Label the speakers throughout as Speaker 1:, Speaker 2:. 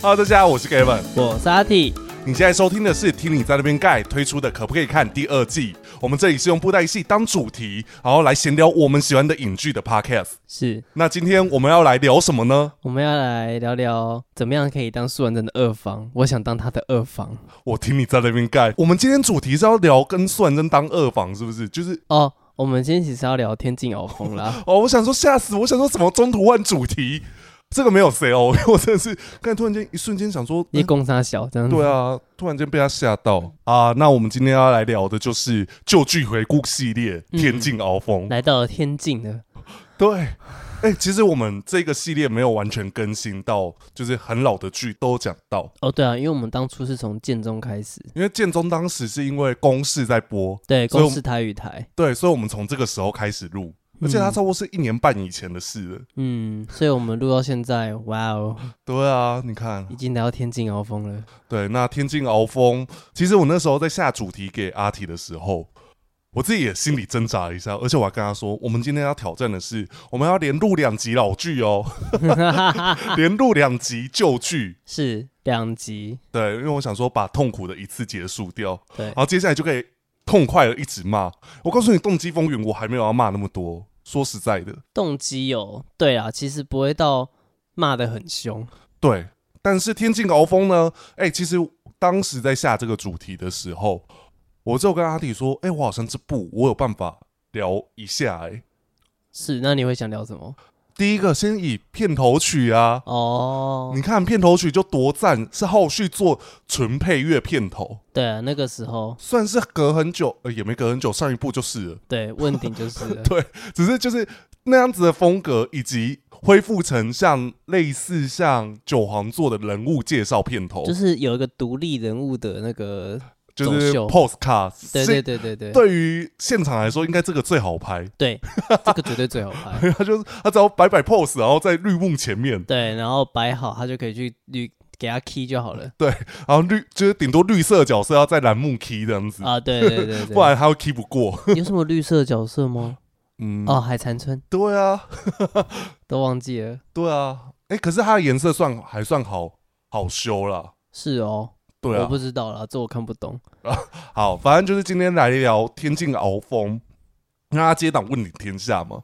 Speaker 1: Hello，大家好，我是 Gavin。
Speaker 2: 我是阿 T，
Speaker 1: 你现在收听的是《听你在那边盖》推出的《可不可以看》第二季。我们这里是用布袋戏当主题，然后来闲聊我们喜欢的影剧的 Podcast。
Speaker 2: 是
Speaker 1: 那今天我们要来聊什么呢？
Speaker 2: 我们要来聊聊怎么样可以当素人真的二房。我想当他的二房
Speaker 1: 我听你在那边盖。我们今天主题是要聊跟素然真当二房，是不是？就是，
Speaker 2: 哦。我们今天其实要聊天境鳌峰啦
Speaker 1: 哦，我想说吓死我，我想说怎么中途换主题？这个没有谁哦，因 为我真的是刚才突然间一瞬间想说，哎
Speaker 2: 你攻杀小这样子。
Speaker 1: 对啊，突然间被他吓到啊！那我们今天要来聊的就是旧剧回顾系列《天境鳌峰》
Speaker 2: 来到了天境了，
Speaker 1: 对，哎、其实我们这个系列没有完全更新到，就是很老的剧都有讲到，
Speaker 2: 哦，对啊，因为我们当初是从建中开始，
Speaker 1: 因为建中当时是因为公视在播，
Speaker 2: 对，
Speaker 1: 所以我
Speaker 2: 公视台语台，
Speaker 1: 对，所以我们从这个时候开始录。而且它差不多是一年半以前的事了。
Speaker 2: 嗯，所以我们录到现在，哇哦，
Speaker 1: 对啊，你看，
Speaker 2: 已经来到天境鳌峰了。
Speaker 1: 对，那《天境鳌峰》，其实我那时候在下主题给阿体的时候，我自己也心里挣扎了一下，而且我还跟他说，我们今天要挑战的是，我们要连录两集老剧哦， 连录两集旧剧。
Speaker 2: 是两集，
Speaker 1: 对，因为我想说把痛苦的一次结束掉，
Speaker 2: 对
Speaker 1: 然，后接下来就可以痛快的一直骂。我告诉你，《动机风云》我还没有要骂那么多，说实在的，
Speaker 2: 动机有，对啊，其实不会到骂得很凶，
Speaker 1: 对，但是天境鳌峰呢？哎、其实当时在下这个主题的时候，我就跟阿弟说，哎、我好像这部我有办法聊一下、哎，
Speaker 2: 是，那你会想聊什么？
Speaker 1: 第一个先以片头曲啊，
Speaker 2: 哦，
Speaker 1: 你看片头曲就多赞，是后续做纯配乐片头，
Speaker 2: 对啊，那个时候，
Speaker 1: 算是隔很久，呃，也没隔很久，上一部就是了，
Speaker 2: 对，问鼎就是了
Speaker 1: 只是就是那样子的风格，以及恢复成像类似像九皇做的人物介绍片 头，
Speaker 2: 就是有一个独立人物的那个，
Speaker 1: 就是 p
Speaker 2: 走秀
Speaker 1: o s t c a r d
Speaker 2: 对对对对对
Speaker 1: 对于现场来说，应该这个最好拍。
Speaker 2: 对，这个绝对最好拍。
Speaker 1: 他就是他只要摆摆 pose，然后在绿幕前面，
Speaker 2: 对，然后摆好，他就可以去绿给他 key 就好了
Speaker 1: 然后绿就是顶多绿色的角色要在栏目 key 这样子，
Speaker 2: 啊。对对对
Speaker 1: 不
Speaker 2: 对，
Speaker 1: 然他会 key 不过。
Speaker 2: 有什么绿色角色吗？
Speaker 1: 嗯，
Speaker 2: 哦，海蟾村
Speaker 1: 对啊，
Speaker 2: 都忘记了，
Speaker 1: 对啊。哎、可是它的颜色算还算好好修啦。
Speaker 2: 是哦，
Speaker 1: 对
Speaker 2: 我
Speaker 1: 啊
Speaker 2: 不，知道啦，这我看不懂。
Speaker 1: 好，反正就是今天来聊《天境鳌峰》，那他接档问鼎天下嘛。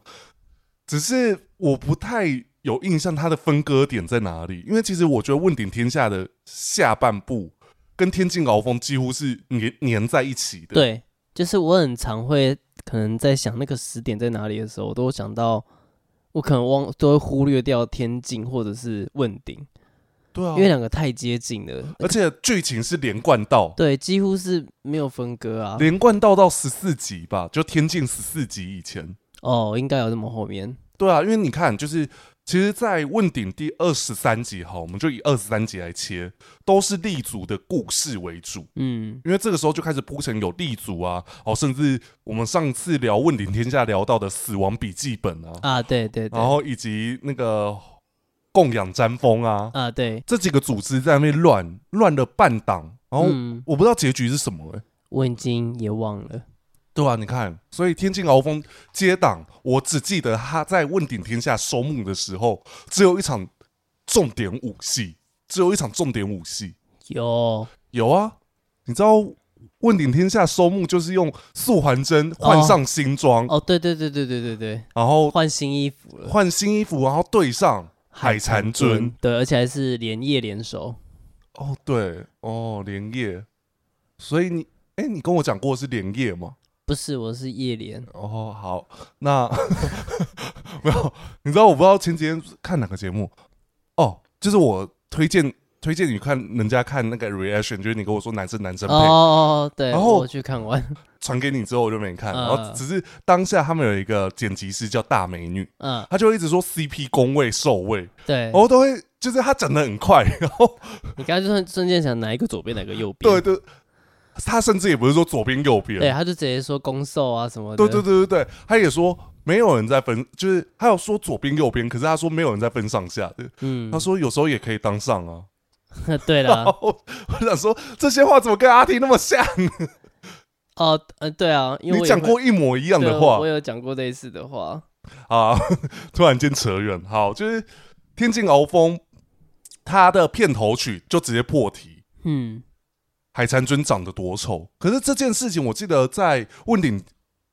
Speaker 1: 只是我不太有印象它的分割点在哪里，因为其实我觉得问鼎天下的下半部跟天境鳌峰几乎是粘粘在一起的。
Speaker 2: 对，就是我很常会可能在想那个时点在哪里的时候，我都会想到。我可能忘都会忽略掉天境或者是问鼎，
Speaker 1: 对啊，
Speaker 2: 因为两个太接近了，
Speaker 1: 而且剧情是连贯到
Speaker 2: 对，几乎是没有分割啊。
Speaker 1: 连贯到到十四集吧，就天境十四集以前。
Speaker 2: 哦，应该有这么后面。
Speaker 1: 对啊，因为你看，就是其实，在问鼎第二十三集哈，我们就以二十三集来切，都是立足的故事为主。
Speaker 2: 嗯，
Speaker 1: 因为这个时候就开始铺陈有立足啊，哦，甚至我们上次聊《问鼎天下》聊到的《死亡笔记本》啊，
Speaker 2: 啊，对对对
Speaker 1: 然，后以及那个供养詹峰啊，
Speaker 2: 啊对，
Speaker 1: 这几个组织在那边乱乱了半档，然后
Speaker 2: 嗯，
Speaker 1: 我不知道结局是什么、欸，
Speaker 2: 我已经也忘了。
Speaker 1: 对啊，你看，所以《天境鳌峰》接档，我只记得他在《问鼎天下》收幕的时候，只有一场重点武戏，只有一场重点武戏。
Speaker 2: 有
Speaker 1: 有啊，你知道《问鼎天下》收幕就是用素还真换上新装，
Speaker 2: 哦，对对对对对对对，
Speaker 1: 然后
Speaker 2: 换新衣服了，
Speaker 1: 换新衣服，然后对上海
Speaker 2: 蟾
Speaker 1: 蟾尊。
Speaker 2: 对，而且还是连夜联手。
Speaker 1: 哦，对，哦，连夜。所以你，哎，你跟我讲过是连夜吗？
Speaker 2: 不是，我是夜联，
Speaker 1: 哦，好，那 没有，你知道我不知道前几天看哪个节目哦，就是我推荐推荐你看人家看那个 reaction，就是你跟我说男生男生配，
Speaker 2: 哦，对，
Speaker 1: 然后
Speaker 2: 我去看完，
Speaker 1: 传给你之后我就没看，然后
Speaker 2: 嗯
Speaker 1: 只是当下他们有一个剪辑师叫大美女，
Speaker 2: 嗯，
Speaker 1: 她就一直说 CP 工位受位，
Speaker 2: 对，
Speaker 1: 我都会就是她讲的很快，然后
Speaker 2: 你刚才就瞬瞬间想哪一个左边，哪个右边，
Speaker 1: 对对，她甚至也不是说左边右边，
Speaker 2: 对，他就直接说攻受啊什么的，
Speaker 1: 对对对对对，他也说没有人在分，就是他有说左边右边，可是他说没有人在分上下的，
Speaker 2: 嗯
Speaker 1: 他，说有时候也可以当上啊。
Speaker 2: 对 啊
Speaker 1: 然
Speaker 2: 了，
Speaker 1: 后我想说这些话怎么跟阿 T 那么像？
Speaker 2: 哦，嗯，对啊，因为
Speaker 1: 你
Speaker 2: 我也
Speaker 1: 讲
Speaker 2: 会
Speaker 1: 过一模一样
Speaker 2: 对
Speaker 1: 的话
Speaker 2: 我有讲过类似的话，
Speaker 1: 啊！突然间扯远，好，就是《天境鳌峰》他的片头曲就直接破题，
Speaker 2: 嗯，
Speaker 1: 海婵尊长得多丑。可是这件事情，我记得在问鼎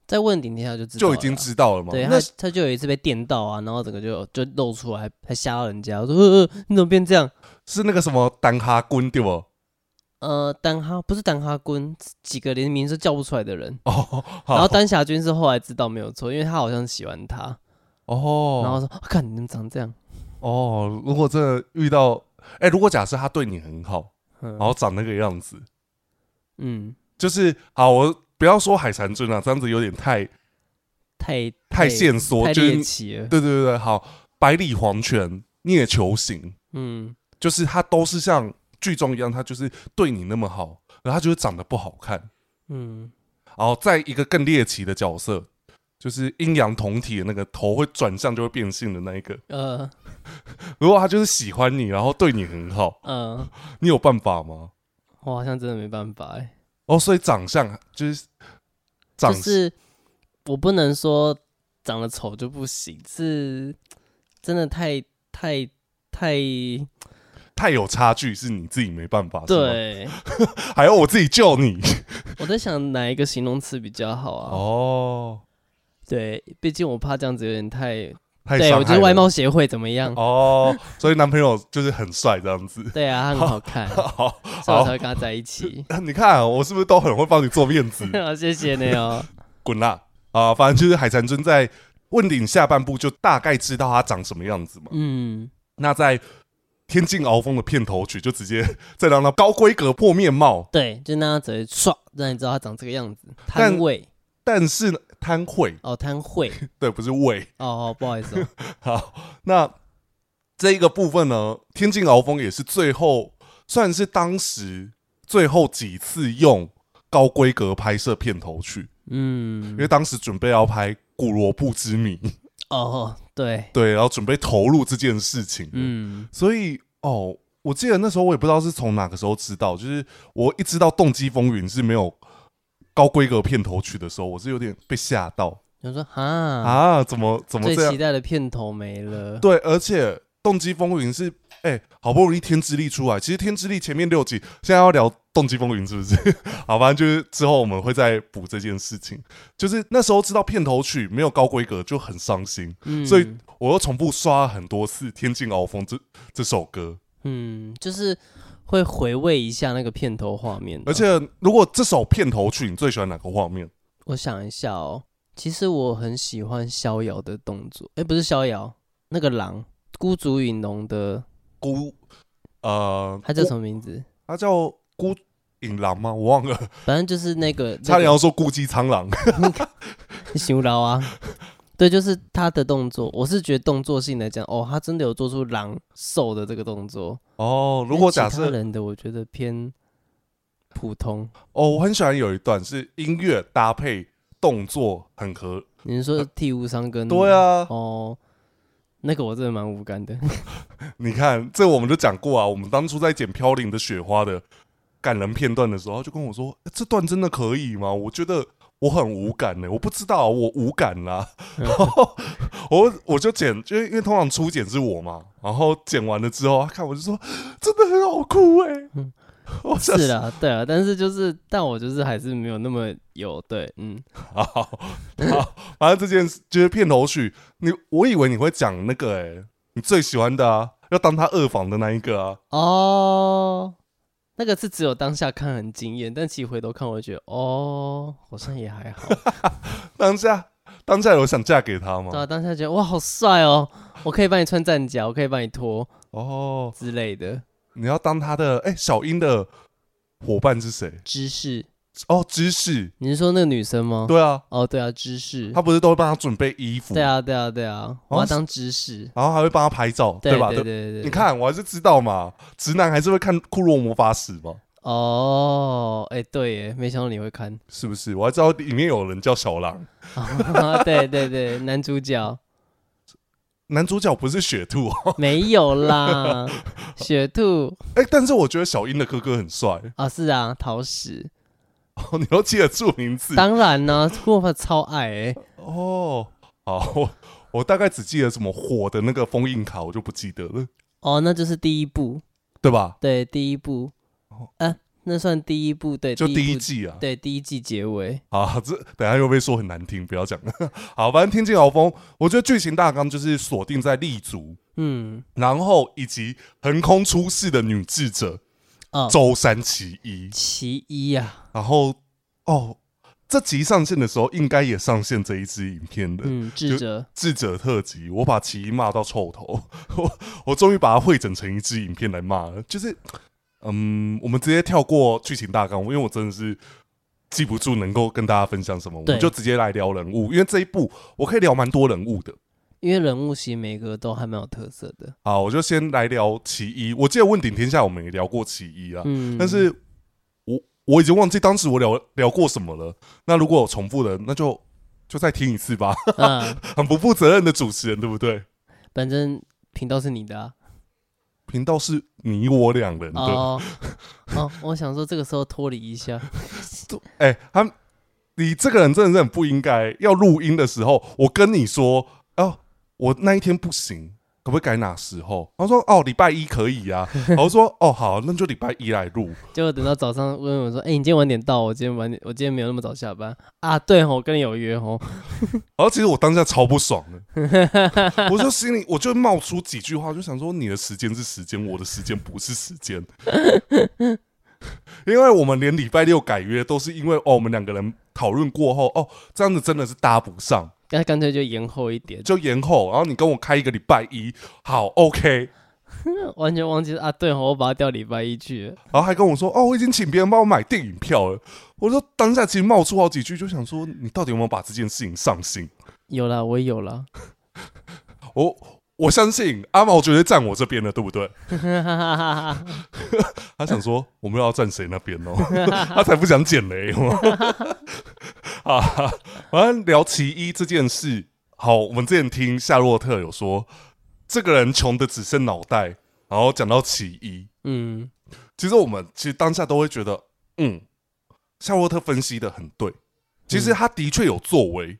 Speaker 2: 在问鼎天下就知道
Speaker 1: 就
Speaker 2: 了
Speaker 1: 已经
Speaker 2: 啦
Speaker 1: 知道了嘛。
Speaker 2: 对
Speaker 1: 那
Speaker 2: 他，他就有一次被电到啊，然后整个就就露出来，还吓到人家，我说呃呃，你怎么变这样？
Speaker 1: 是那个什么丹哈棍对不？
Speaker 2: 呃，丹哈不是丹哈군几个连名字都叫不出来的人，
Speaker 1: 哦，好
Speaker 2: 然后丹霞君是后来知道没有错，因为他好像喜欢他，
Speaker 1: 哦，
Speaker 2: 然后说、啊看你怎么长这样，
Speaker 1: 哦，如果真的遇到，哎、如果假设他对你很好，
Speaker 2: 嗯
Speaker 1: 然后长那个样子，
Speaker 2: 嗯，
Speaker 1: 就是好，我不要说海婵尊啊，这样子有点太
Speaker 2: 太
Speaker 1: 太线索，
Speaker 2: 太
Speaker 1: 就
Speaker 2: 猎
Speaker 1: 是
Speaker 2: 奇了，
Speaker 1: 对对对对，好，百里黄泉孽囚行，
Speaker 2: 嗯
Speaker 1: 就是他都是像剧中一样，他就是对你那么好，然后他就是长得不好看，
Speaker 2: 嗯
Speaker 1: 然后再一个更猎奇的角色。就是阴阳同体的那个头会转向就会变性的那一个，
Speaker 2: 呃
Speaker 1: 如果他就是喜欢你，然后对你很好，
Speaker 2: 呃，
Speaker 1: 你有办法吗？
Speaker 2: 我好像真的没办法哎、
Speaker 1: 哦，所以长相就是长
Speaker 2: 就
Speaker 1: 相、
Speaker 2: 是我不能说长得丑就不行，是真的太太太
Speaker 1: 太有差距，是你自己没办啊法，是吗，
Speaker 2: 对。
Speaker 1: 还要我自己救你
Speaker 2: 我在想哪一个形容词比较好啊？
Speaker 1: 哦，
Speaker 2: 对，毕竟我怕这样子有点太……
Speaker 1: 太
Speaker 2: 对，
Speaker 1: 伤
Speaker 2: 我觉
Speaker 1: 害
Speaker 2: 得外
Speaker 1: 了
Speaker 2: 貌协会怎么样？。
Speaker 1: 哦，所以男朋友就是很帅这样子
Speaker 2: 对啊，他很好看，
Speaker 1: 好，
Speaker 2: 所以
Speaker 1: 好
Speaker 2: 我才会跟他在一起。
Speaker 1: 你看、我是不是都很会帮你做面子？
Speaker 2: 好，谢谢 你哦。
Speaker 1: 滚啦！啊，反正就是海婵尊在问鼎下半部就大概知道他长什么样子嘛。
Speaker 2: 嗯，
Speaker 1: 那在《天境鳌峰》的片头曲就直接再让他高规格破面貌，
Speaker 2: 对，就那样子唰，让你知道他长这个样子。
Speaker 1: 但
Speaker 2: 摊位
Speaker 1: 但是呢贪会
Speaker 2: 哦，摊会
Speaker 1: 对，不是胃。
Speaker 2: 哦，哦不好意思哦，
Speaker 1: 好，那这一个部分呢，《天境鳌峰》也是最后算是当时最后几次用高规格拍摄片头曲， 因
Speaker 2: 嗯，
Speaker 1: 为当时准备要拍《古罗布之谜》，
Speaker 2: 哦，对，
Speaker 1: 对，然后准备投入这件事情，嗯，
Speaker 2: 嗯
Speaker 1: 所以哦，我记得那时候我也不知道是从哪个时候知道，就是我一知道《动机风云》是没有。高规格片头曲的时候，我是有点被吓到
Speaker 2: 我说哈，
Speaker 1: 啊！怎么怎么
Speaker 2: 嗯最
Speaker 1: 这样
Speaker 2: 期？待的片头没 了。
Speaker 1: 对，而且《动机风云》是哎、好不容易《天之力》出来，其实《天之力》前面六集，现在要聊《动机风云》是不是？ 好，反正就是之后我们会再补这件事情。就是那时候知道片头曲没有高规格，就很伤心，
Speaker 2: 嗯，
Speaker 1: 所以我又重复刷了很多次《天境鳌峰这》这首歌。
Speaker 2: 嗯，就是会回味一下那个片头画面的。
Speaker 1: 而且，如果这首片头曲，你最喜欢哪个画面？
Speaker 2: 我想一下哦，其实我很喜欢逍遥的动作，哎，不是逍遥，那个狼，孤竹影龙的，
Speaker 1: 孤呃，
Speaker 2: 他叫
Speaker 1: 么？
Speaker 2: 什么名字？
Speaker 1: 他叫孤影狼吗？我忘了，
Speaker 2: 反正就是那个
Speaker 1: 差点要说孤寂苍狼。
Speaker 2: 修饶啊。对，就是他的动作，我是觉得动作性来讲，哦，他真的有做出狼兽的这个动作。
Speaker 1: 哦，如果假
Speaker 2: 但其
Speaker 1: 设
Speaker 2: 他人的，我觉得偏普通。
Speaker 1: 哦，我很喜欢有一段是音乐搭配动作很合。
Speaker 2: 你是说替无伤跟？
Speaker 1: 对，啊，
Speaker 2: 哦，那个我真的蛮 无感的。
Speaker 1: 你看这我们就讲过啊，我们当初在剪《飘零的雪花》的感人片段的时候，他就跟我说、欸这段真的可以吗？我觉得我很无感呢、我不知道啊我无感啦。
Speaker 2: 嗯
Speaker 1: 然后我我就剪，就因为通常初剪是我嘛，然后剪完了之后，他啊看我就说真的很好哭哎、
Speaker 2: 嗯
Speaker 1: 我想
Speaker 2: 是啦，对啊，但是就是，但我就是还是没有那么有对，嗯，
Speaker 1: 好，好，反正这件事就是片头曲，你我以为你会讲那个哎、你最喜欢的啊，要当他二房的那一个啊，
Speaker 2: 哦，那个是只有当下看很惊艳，但其实回头看，我就觉得哦，好像也还 好。
Speaker 1: 当下当下有想嫁给他
Speaker 2: 对
Speaker 1: 吗？
Speaker 2: 啊，当下觉得哇，好帅哦，我可以帮你穿战甲，我可以帮你脱
Speaker 1: 哦，
Speaker 2: 之类的
Speaker 1: 你要当他的哎、小英的伙伴是谁？
Speaker 2: 知识。
Speaker 1: 哦，芝士，
Speaker 2: 你是说那个女生吗？
Speaker 1: 对啊，
Speaker 2: 哦，对啊，知识
Speaker 1: 他。不是都会帮他准备衣服，
Speaker 2: 对，啊，对啊，对啊，我
Speaker 1: 好
Speaker 2: 要
Speaker 1: 像
Speaker 2: 当知识。
Speaker 1: 然后还会帮他拍照，
Speaker 2: 对
Speaker 1: 吧？
Speaker 2: 对对对对，
Speaker 1: 你看，我还是知道嘛，直男还是会看《库洛魔法使》嘛，
Speaker 2: 哦，哎，对耶，没想到你会看。
Speaker 1: 是不是？我还知道里面有人叫小狼，
Speaker 2: 对对对，男主角。
Speaker 1: 男主角不是雪兔哦。
Speaker 2: 没有啦，雪兔
Speaker 1: 哎、但是我觉得小英的哥哥很帅
Speaker 2: 啊，是啊，桃矢，
Speaker 1: 哦，你都记得住名字
Speaker 2: 当然呢、郭沫超爱哎、
Speaker 1: 哦。好，我我大概只记得什么火的那个封印卡，我就不记得了。
Speaker 2: 哦，那就是第一部，
Speaker 1: 对吧？
Speaker 2: 对，第一部
Speaker 1: 哦，
Speaker 2: 啊，那算第一部，对，
Speaker 1: 就第一
Speaker 2: 部，
Speaker 1: 季啊，
Speaker 2: 对，第一季结尾，
Speaker 1: 啊，这等一下又被说很难听，不要讲。 好，反正《天气鳌峰》，我觉得剧情大纲就是锁定在立足，
Speaker 2: 嗯，
Speaker 1: 然后以及横空出世的女智者
Speaker 2: 哦，
Speaker 1: 周山其一，
Speaker 2: 其一啊，
Speaker 1: 然后哦，这集上线的时候应该也上线这一支影片的。
Speaker 2: 嗯，智者，
Speaker 1: 智者特辑，我把其一骂到臭头， 我我终于把它汇整成一支影片来骂了。就是，嗯，我们直接跳过剧情大纲，因为我真的是记不住能够跟大家分享什么，我
Speaker 2: 对
Speaker 1: 们就直接来聊人物。因为这一部我可以聊蛮多人物的。
Speaker 2: 因为人物其实每个都还蛮有特色的，
Speaker 1: 好，我就先来聊其一。我记得问鼎天下，我们也聊过其一啊，
Speaker 2: 嗯，
Speaker 1: 但是我我已经忘记当时我聊聊过什么了。那如果有重复的，那就就再听一次吧。
Speaker 2: 啊，
Speaker 1: 很不负责任的主持人，对不对？
Speaker 2: 反正频道是你的啊，
Speaker 1: 频道是你我两人的，
Speaker 2: 哦，哦，我想说这个时候脱离一下，
Speaker 1: 哎、他们，你这个人真的是很不应该。要录音的时候，我跟你说，哦，我那一天不行，可不可以改哪时候？他说，哦，礼拜一可以啊。然后我说，哦，好，那就礼拜一来录。
Speaker 2: 结果等到早上问我说，哎，你今天晚点到，我今天晚点，我今天没有那么早下班啊，对吼，我跟你有约吼，
Speaker 1: 然后哦其实我当下超不爽的，我就心里我就冒出几句话，就想说你的时间是时间，我的时间不是时间。因为我们连礼拜六改约都是因为哦，我们两个人讨论过后哦，这样子真的是搭不上，
Speaker 2: 干干脆就延后一点，
Speaker 1: 就延后。然后你跟我开一个礼拜一，好 OK，
Speaker 2: 完全忘记啊，对吼，我把它调礼拜一去了，
Speaker 1: 然后还跟我说哦，我已经请别人帮我买电影票了。我就当下其实冒出好几句，就想说你到底有没有把这件事情上心？
Speaker 2: 有啦，我有 啦，
Speaker 1: 我我相信阿毛绝对站我这边的，对不对？他想说我们要站谁那边哦， 他才不想捡雷嘛。 啊，反正聊其一这件事，好，我们之前听夏洛特有说，这个人穷的只剩脑袋，然后讲到其一，
Speaker 2: 嗯。
Speaker 1: 其实我们其实当下都会觉得，嗯，夏洛特分析的很对，其实他的确有作为，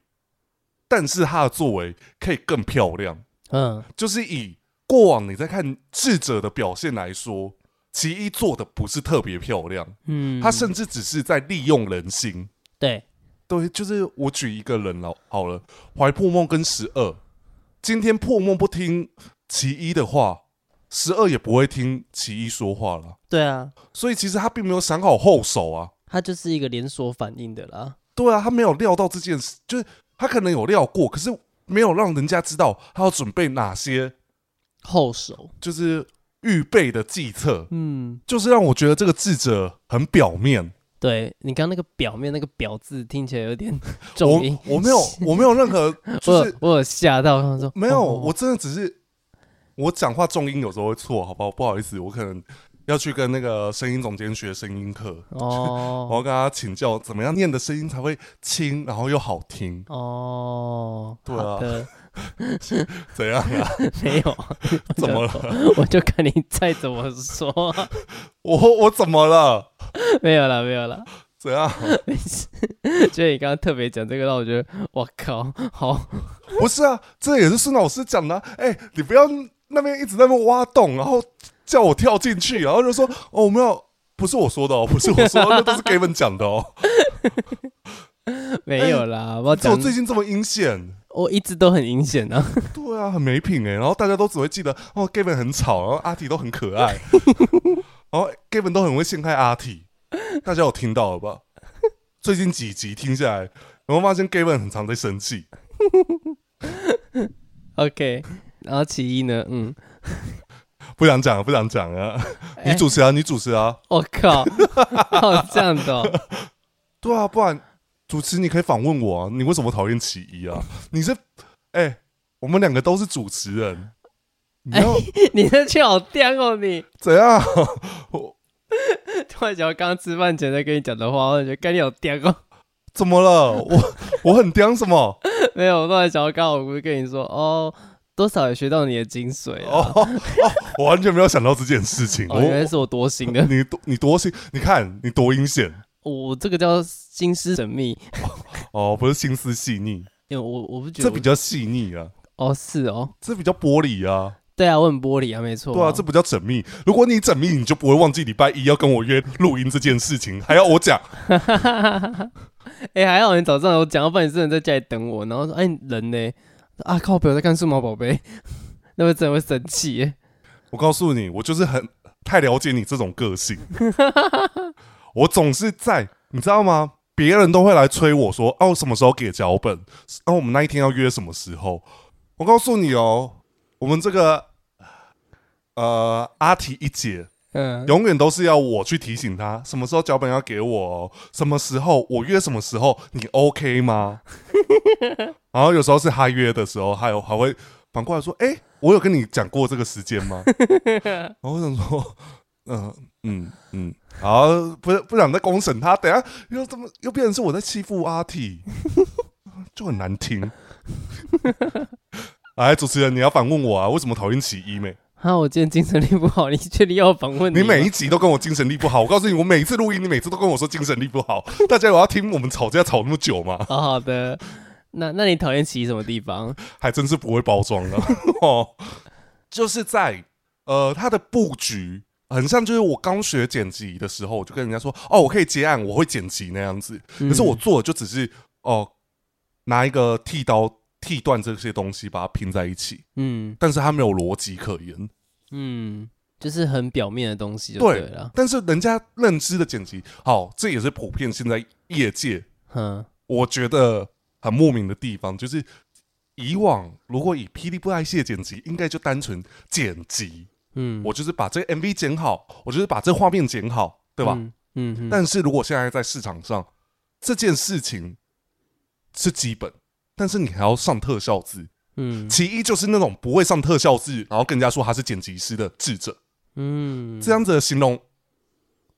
Speaker 1: 但是他的作为可以更漂亮。
Speaker 2: 嗯
Speaker 1: 就是以过往你在看智者的表现来说，其一做的不是特别漂亮，
Speaker 2: 嗯，
Speaker 1: 他甚至只是在利用人心。
Speaker 2: 对，
Speaker 1: 对，就是我举一个人了，好了，怀破梦跟十二，今天破梦不听其一的话，十二也不会听其一说话了，
Speaker 2: 对啊，
Speaker 1: 所以其实他并没有想好后手啊。
Speaker 2: 它就是一个连锁反应的啦。
Speaker 1: 对啊，他没有料到这件事，就是他可能有料过，可是没有让人家知道他要准备哪些，
Speaker 2: 后手，
Speaker 1: 就是预备的计策。
Speaker 2: 嗯，
Speaker 1: 就是让我觉得这个智者很表面，
Speaker 2: 对你刚那个表面那个“表”字听起来有点重音
Speaker 1: 我，我没 有我没有任何就
Speaker 2: 我
Speaker 1: 是
Speaker 2: 有我有吓到，他说
Speaker 1: 没有，
Speaker 2: 哦
Speaker 1: 我真的只是我讲话重音有时候会错，好不好？不好意思，我可能要去跟那个声音总监学声音课，我
Speaker 2: 哦
Speaker 1: 要跟他请教怎么样念的声音才会轻，然后又好听，
Speaker 2: 哦，
Speaker 1: 对
Speaker 2: 好
Speaker 1: 啊
Speaker 2: 的，
Speaker 1: 怎样啊？
Speaker 2: 没有，
Speaker 1: 怎么
Speaker 2: 了？ 我就看你再怎么说，
Speaker 1: 我我怎么了？
Speaker 2: 没有了，没有了。
Speaker 1: 怎样？
Speaker 2: 没事，就你刚刚特别讲这个，让我觉得我靠，好，
Speaker 1: 不是啊，这也是孙老师讲的啊、哎、你不要那边一直在那边挖洞，然后叫我跳进去，然后就说哦，我们要不是我说的哦，不是我说的，那都是 Gavin 讲的哦。
Speaker 2: 没有啦。我
Speaker 1: 就我
Speaker 2: 哦讲，
Speaker 1: 哎最近这么阴险，
Speaker 2: 我一直都很阴险啊。
Speaker 1: 对啊，很没品哎、然后大家都只会记得哦，Gavin 很吵，然后阿 T 都很可爱， 然后 Gavin 都很会陷害阿 T，大家有听到了吧？最近几集听下来，有没有发现 Gavin 很常在生气？
Speaker 2: OK，然后其一呢，嗯，
Speaker 1: 不想讲了，不想讲啊！你
Speaker 2: 哎
Speaker 1: 主持啊，你主持啊！
Speaker 2: 我靠，哦这样的、哦，
Speaker 1: 对啊，不然主持你可以访问我啊，你为什么讨厌其一 啊？你是哎、我们两个都是主持人，你
Speaker 2: 哎
Speaker 1: 要、
Speaker 2: 你这句好颠哦你！
Speaker 1: 怎样？ 我
Speaker 2: 突然想到刚刚吃饭前在跟你讲的话，我就觉得该你好颠哦。
Speaker 1: 怎么了？我我很刁什么？
Speaker 2: 没有，我突然想到刚好我不是跟你说哦，多少也学到你的精髓
Speaker 1: 哦
Speaker 2: 哦。
Speaker 1: 哦，我完全没有想到这件事情。
Speaker 2: 哦，原来
Speaker 1: 我
Speaker 2: 是我多 心的，
Speaker 1: 你多你多心，你看你多阴险
Speaker 2: 我这个叫心思缜密，
Speaker 1: 哦，不是心思细腻，
Speaker 2: 因为我我不觉
Speaker 1: 这
Speaker 2: 得
Speaker 1: 比
Speaker 2: 我
Speaker 1: 较细腻啊，
Speaker 2: 哦是哦，
Speaker 1: 这比较玻璃啊。
Speaker 2: 对啊，我很玻璃啊，没错。
Speaker 1: 对 啊，这不叫缜密。如果你缜密，你就不会忘记礼拜一要跟我约录音这件事情，还要我讲。
Speaker 2: 哎、还好你早上有讲，要不然你真的在家里等我，然后说哎、你人呢？啊靠，北我在看数码宝贝， 那会真的会生气耶。
Speaker 1: 我告诉你，我就是很太了解你这种个性。 我总是在，你知道吗？别人都会来催我说：“哦、我什么时候给脚本？哦、我们那一天要约什么时候？”我告诉你哦，我们这个呃阿提一姐
Speaker 2: 嗯，
Speaker 1: 永远都是要我去提醒她什么时候脚本要给我、哦，什么时候我约什么时候，你 OK 吗？ 然后有时候是她约的时候，还有还会反过来说：“哎、我有跟你讲过这个时间吗？”然后我想说，嗯嗯嗯，好，不不想再公审他，等下又怎么又变成是我在欺负阿 T，就很难听。哎，主持人，你要反问我啊，为什么讨厌起医美？
Speaker 2: 哈，啊我今天精神力不好，你确定要访问
Speaker 1: 你每
Speaker 2: 吗
Speaker 1: 一集都跟我精神力不好，我告诉你，我每一次录音，你每次都跟我说精神力不好。大家有要听我们吵架吵那么久吗？
Speaker 2: 好哦好的，那那你讨厌骑什么地方？
Speaker 1: 还真是不会包装了。 哦，就是在呃，它的布局很像，就是我刚学剪辑的时候，我就跟人家说，哦，我可以接案，我会剪辑那样子。
Speaker 2: 嗯
Speaker 1: 可是我做的就只是哦、拿一个剃刀剃断这些东西，把它拼在一起，
Speaker 2: 嗯
Speaker 1: 但是它没有逻辑可言。
Speaker 2: 嗯，就是很表面的东西就
Speaker 1: 对
Speaker 2: 了。
Speaker 1: 但是人家认知的剪辑，好，这也是普遍现在业界
Speaker 2: 嗯
Speaker 1: 我觉得很莫名的地方，就是以往如果以霹雳布袋戏的剪辑，应该就单纯剪辑，
Speaker 2: 嗯，
Speaker 1: 我就是把这个 MV 剪好，我就是把这画面剪好，对吧？
Speaker 2: 嗯嗯嗯
Speaker 1: 但是如果现在在市场上，这件事情是基本，但是你还要上特效字，
Speaker 2: 嗯
Speaker 1: 其一就是那种不会上特效字，然后跟人家说他是剪辑师的智者，
Speaker 2: 嗯，
Speaker 1: 这样子的形容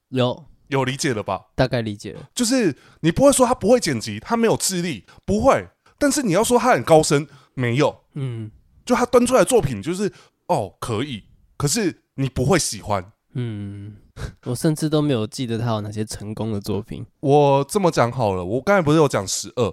Speaker 2: 有
Speaker 1: 有理解了吧？
Speaker 2: 大概理解了。
Speaker 1: 就是你不会说他不会剪辑，他没有智力，不会，但是你要说他很高深，没有。
Speaker 2: 嗯
Speaker 1: 就他端出来的作品就是哦可以，可是你不会喜欢。
Speaker 2: 嗯，我甚至都没有记得他有哪些成功的 作品。
Speaker 1: 我这么讲好了，我刚才不是有讲十二，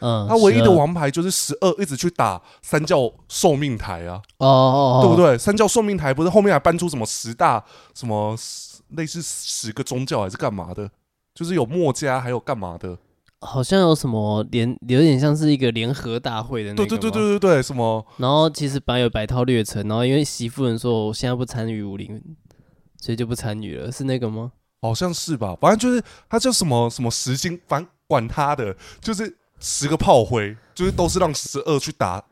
Speaker 2: 嗯，
Speaker 1: 他啊唯一的
Speaker 2: 12
Speaker 1: 王牌就是十二，一直去打三教寿命台啊，
Speaker 2: 哦哦，哦
Speaker 1: 对不？对？三教寿命台不是后面还搬出什么十大什么十类似十个宗教还是干嘛的，就是有墨家还有干嘛的，
Speaker 2: 好像有什么联，有点像是一个联合大会的那个。
Speaker 1: 对对对对。对对，什么
Speaker 2: 然后其实本来有百套略城，然后因为媳妇人说我现在不参与武林，所以就不参与了，是那个吗？
Speaker 1: 好像是吧，反正就是他叫什么什么十星，反正管他的，就是十个炮灰，就是都是让十二去打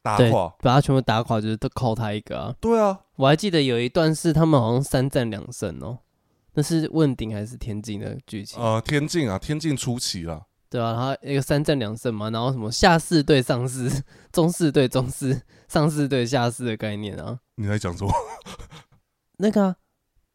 Speaker 1: 打
Speaker 2: 对
Speaker 1: 垮。
Speaker 2: 把他全部打垮，就是都靠他一个啊。
Speaker 1: 对啊，
Speaker 2: 我还记得有一段是他们好像三战两胜哦，那是问鼎还是天津的剧情？
Speaker 1: 呃，天境啊，天境初期啦，
Speaker 2: 对啊，然后一个三战两胜嘛，然后什么下士对上士， 中士对中士，上士对下士的概念啊，
Speaker 1: 你在讲什么？
Speaker 2: 那个啊，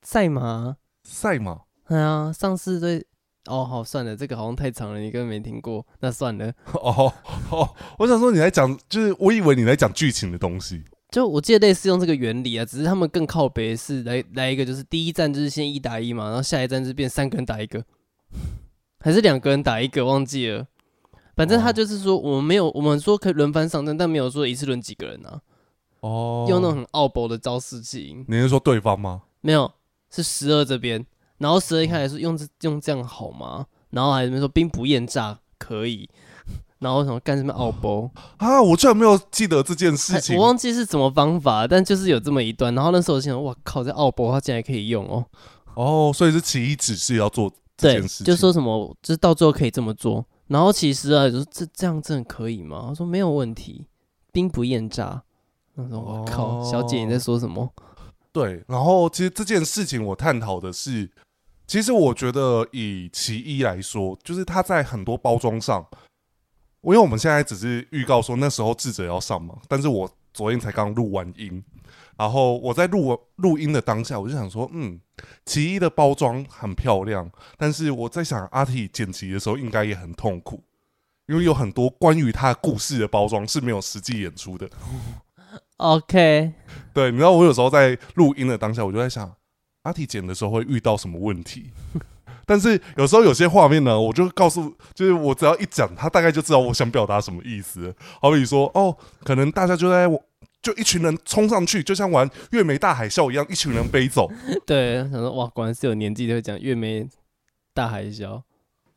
Speaker 2: 赛马啊，
Speaker 1: 赛马？
Speaker 2: 哎呀、上士对，哦好算了，这个好像太长了，你根本没听过，那算了。
Speaker 1: 哦哦，我想说你在讲，就是我以为你在讲剧情的东西。
Speaker 2: 就我记得类似用这个原理啊，只是他们更靠北是来来一个，就是第一站就是先一打一嘛，然后下一站就是变三个人打一个，还是两个人打一个，忘记了。反正他
Speaker 1: 哦
Speaker 2: 就是说，我们没有，我们说可以轮番上阵，但没有说一次轮几个人啊，
Speaker 1: 哦
Speaker 2: 用那种很奥博的招式去赢，
Speaker 1: 你是说对方吗？
Speaker 2: 没有，是十二这边，然后十二一
Speaker 1: 嗯
Speaker 2: 开始说用这用这样好吗？然后还没说兵不厌诈可以， 然后什么干什么奥博，
Speaker 1: 啊，我居然没有记得这件事
Speaker 2: 还
Speaker 1: 情
Speaker 2: 我。忘记是什么方法，但就是有这么一段。然后那时候我心想，哇靠，这奥博他竟然可以用哦。
Speaker 1: 哦，所以是其一指示要做这件
Speaker 2: 对
Speaker 1: 事，情，
Speaker 2: 就说什么，就是到最后可以这么做。然后其实啊，就说这这样真的可以吗？他说没有问题，兵不厌诈。那时候我靠，
Speaker 1: 哦
Speaker 2: 小姐你在说什么？
Speaker 1: 对。然后其实这件事情我探讨的是，其实我觉得以其一来说，就是他在很多包装上，因为我们现在只是预告说那时候智者要上嘛，但是我昨天才刚录完音，然后我在录录音的当下，我就想说，嗯，其一的包装很漂亮，但是我在想阿 T 剪辑的时候应该也很痛苦。因为有很多关于他故事的包装是没有实际演出的，
Speaker 2: OK，
Speaker 1: 对，你知道我有时候在录音的当下，我就在想，阿体剪的时候会遇到什么问题？ 但是有时候有些画面呢，我就告诉，就是我只要一讲，他大概就知道我想表达什么意思。好比说，哦，可能大家就在就一群人冲上去，就像玩月眉大海啸一样，一群人背走。
Speaker 2: 对，想说哇，果然是有年纪的会讲月眉大海啸。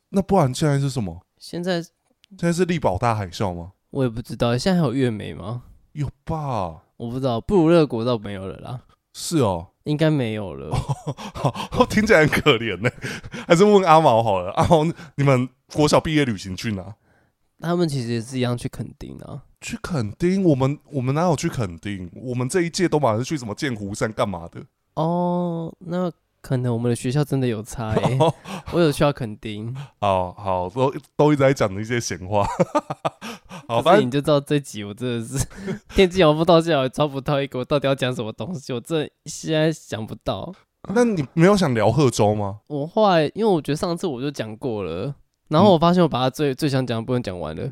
Speaker 1: 那不然现在是什么？
Speaker 2: 现在
Speaker 1: 现在是力宝大海啸吗？
Speaker 2: 我也不知道，现在还有月眉吗？
Speaker 1: 有吧？
Speaker 2: 我不知道，不如乐国倒没有了啦，
Speaker 1: 是哦，
Speaker 2: 应该没有了。
Speaker 1: 好，听起来很可怜呢、还是问阿毛好了。阿毛，你们国小毕业旅行去哪？
Speaker 2: 他们其实也是一样去垦丁啊，
Speaker 1: 去垦丁？我们我们哪有去垦丁？我们这一届都马是去什么剑湖山干嘛的？
Speaker 2: 哦，那可能我们的学校真的有差、欸。
Speaker 1: 哦，
Speaker 2: 我有去到垦丁，
Speaker 1: 好好，都都一直在讲一些闲话。 好，
Speaker 2: 所
Speaker 1: 反
Speaker 2: 以
Speaker 1: 正
Speaker 2: 你就知道这集我真的是天机摇不到，现在我抓不到一个我到底要讲什么东西，我真的现在想不到。
Speaker 1: 那你没有想聊贺州吗？
Speaker 2: 我后来因为我觉得上次我就讲过了，然后我发现我把它最、最想讲的部分讲完了。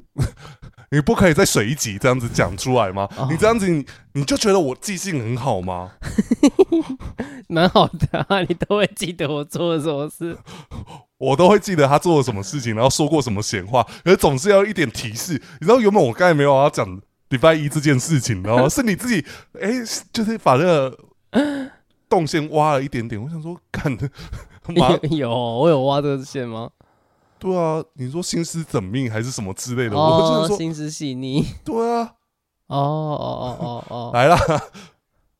Speaker 1: 你不可以再水一集这样子讲出来吗？
Speaker 2: 哦
Speaker 1: 你这样子你，你就觉得我记性很好吗？
Speaker 2: 蛮好的啊，你都会记得我做了什么 事。
Speaker 1: 我都会记得他做了什么事情，然后说过什么闲话，可是总是要一点提示。你知道原本我刚才没有要讲礼拜一这件事情， 然后是你自己，哎、就是把那个动线挖了一点点。我想说， 看，妈，
Speaker 2: 有有，我有挖这个线吗？
Speaker 1: 对啊，你说心思缜密还是什么之类的，我
Speaker 2: 哦
Speaker 1: 就，想说，
Speaker 2: 心思细腻。
Speaker 1: 对啊，
Speaker 2: 哦哦哦 哦哦。
Speaker 1: 来啦，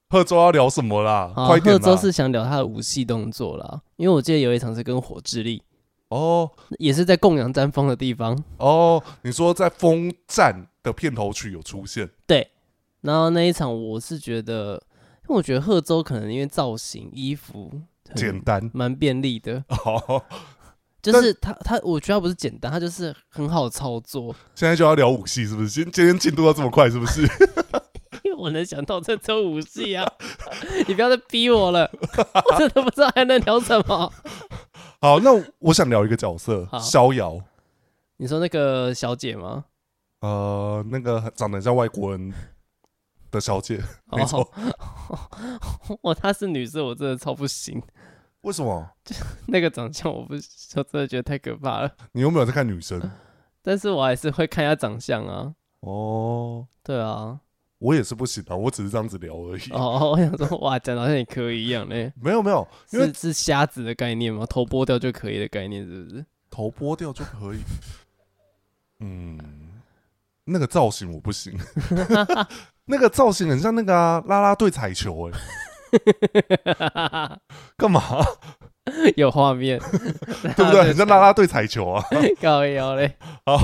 Speaker 1: 贺州要聊什么啦？
Speaker 2: 好
Speaker 1: 快点
Speaker 2: 贺
Speaker 1: 啦！
Speaker 2: 州是想聊他的武器动作啦，因为我记得有一场是跟火之力，
Speaker 1: 哦
Speaker 2: 也是在供养詹峰的地方。
Speaker 1: 哦，你说在风战的片头曲有出现，
Speaker 2: 嗯然后那一场我是觉得，因为我觉得贺州可能因为造型、衣服很
Speaker 1: 简单
Speaker 2: 蛮便利的，
Speaker 1: 哦，
Speaker 2: 就是他他我觉得他不是简单，他就是很好操作。
Speaker 1: 现在就要聊武戏是不是？今今天进度要这么快是不 是？
Speaker 2: 因为我能想到这周武器啊， 你不要再逼我了， 我真的不知道还能聊什么。
Speaker 1: 好，那我想聊一个角色，
Speaker 2: 好
Speaker 1: 逍遥。
Speaker 2: 你说那个小姐吗？
Speaker 1: 呃，那个长得很像外国人的小姐，没错。
Speaker 2: 哦， 我她是女生，我真的超不行。
Speaker 1: 为什么？
Speaker 2: 那个长相我不，我真的觉得太可怕了。
Speaker 1: 你有没有在看女生？
Speaker 2: 但是我还是会看一下长相啊。
Speaker 1: 哦，
Speaker 2: 对啊，
Speaker 1: 我也是不行啊，我只是这样子聊而已。
Speaker 2: 哦， 我想说，哇，讲得好像也可以一样嘞。
Speaker 1: 没有没有，因为
Speaker 2: 是是瞎子的概念吗？头剥掉就可以的概念是不是？
Speaker 1: 头拨掉就可以。 嗯，那个造型我不 行，那个造型很像那个啊啦啦队彩球、欸，哎，干 嘛？
Speaker 2: 有画面，
Speaker 1: 对不对？很像啦啦队彩球啊。
Speaker 2: 高腰嘞。
Speaker 1: 好，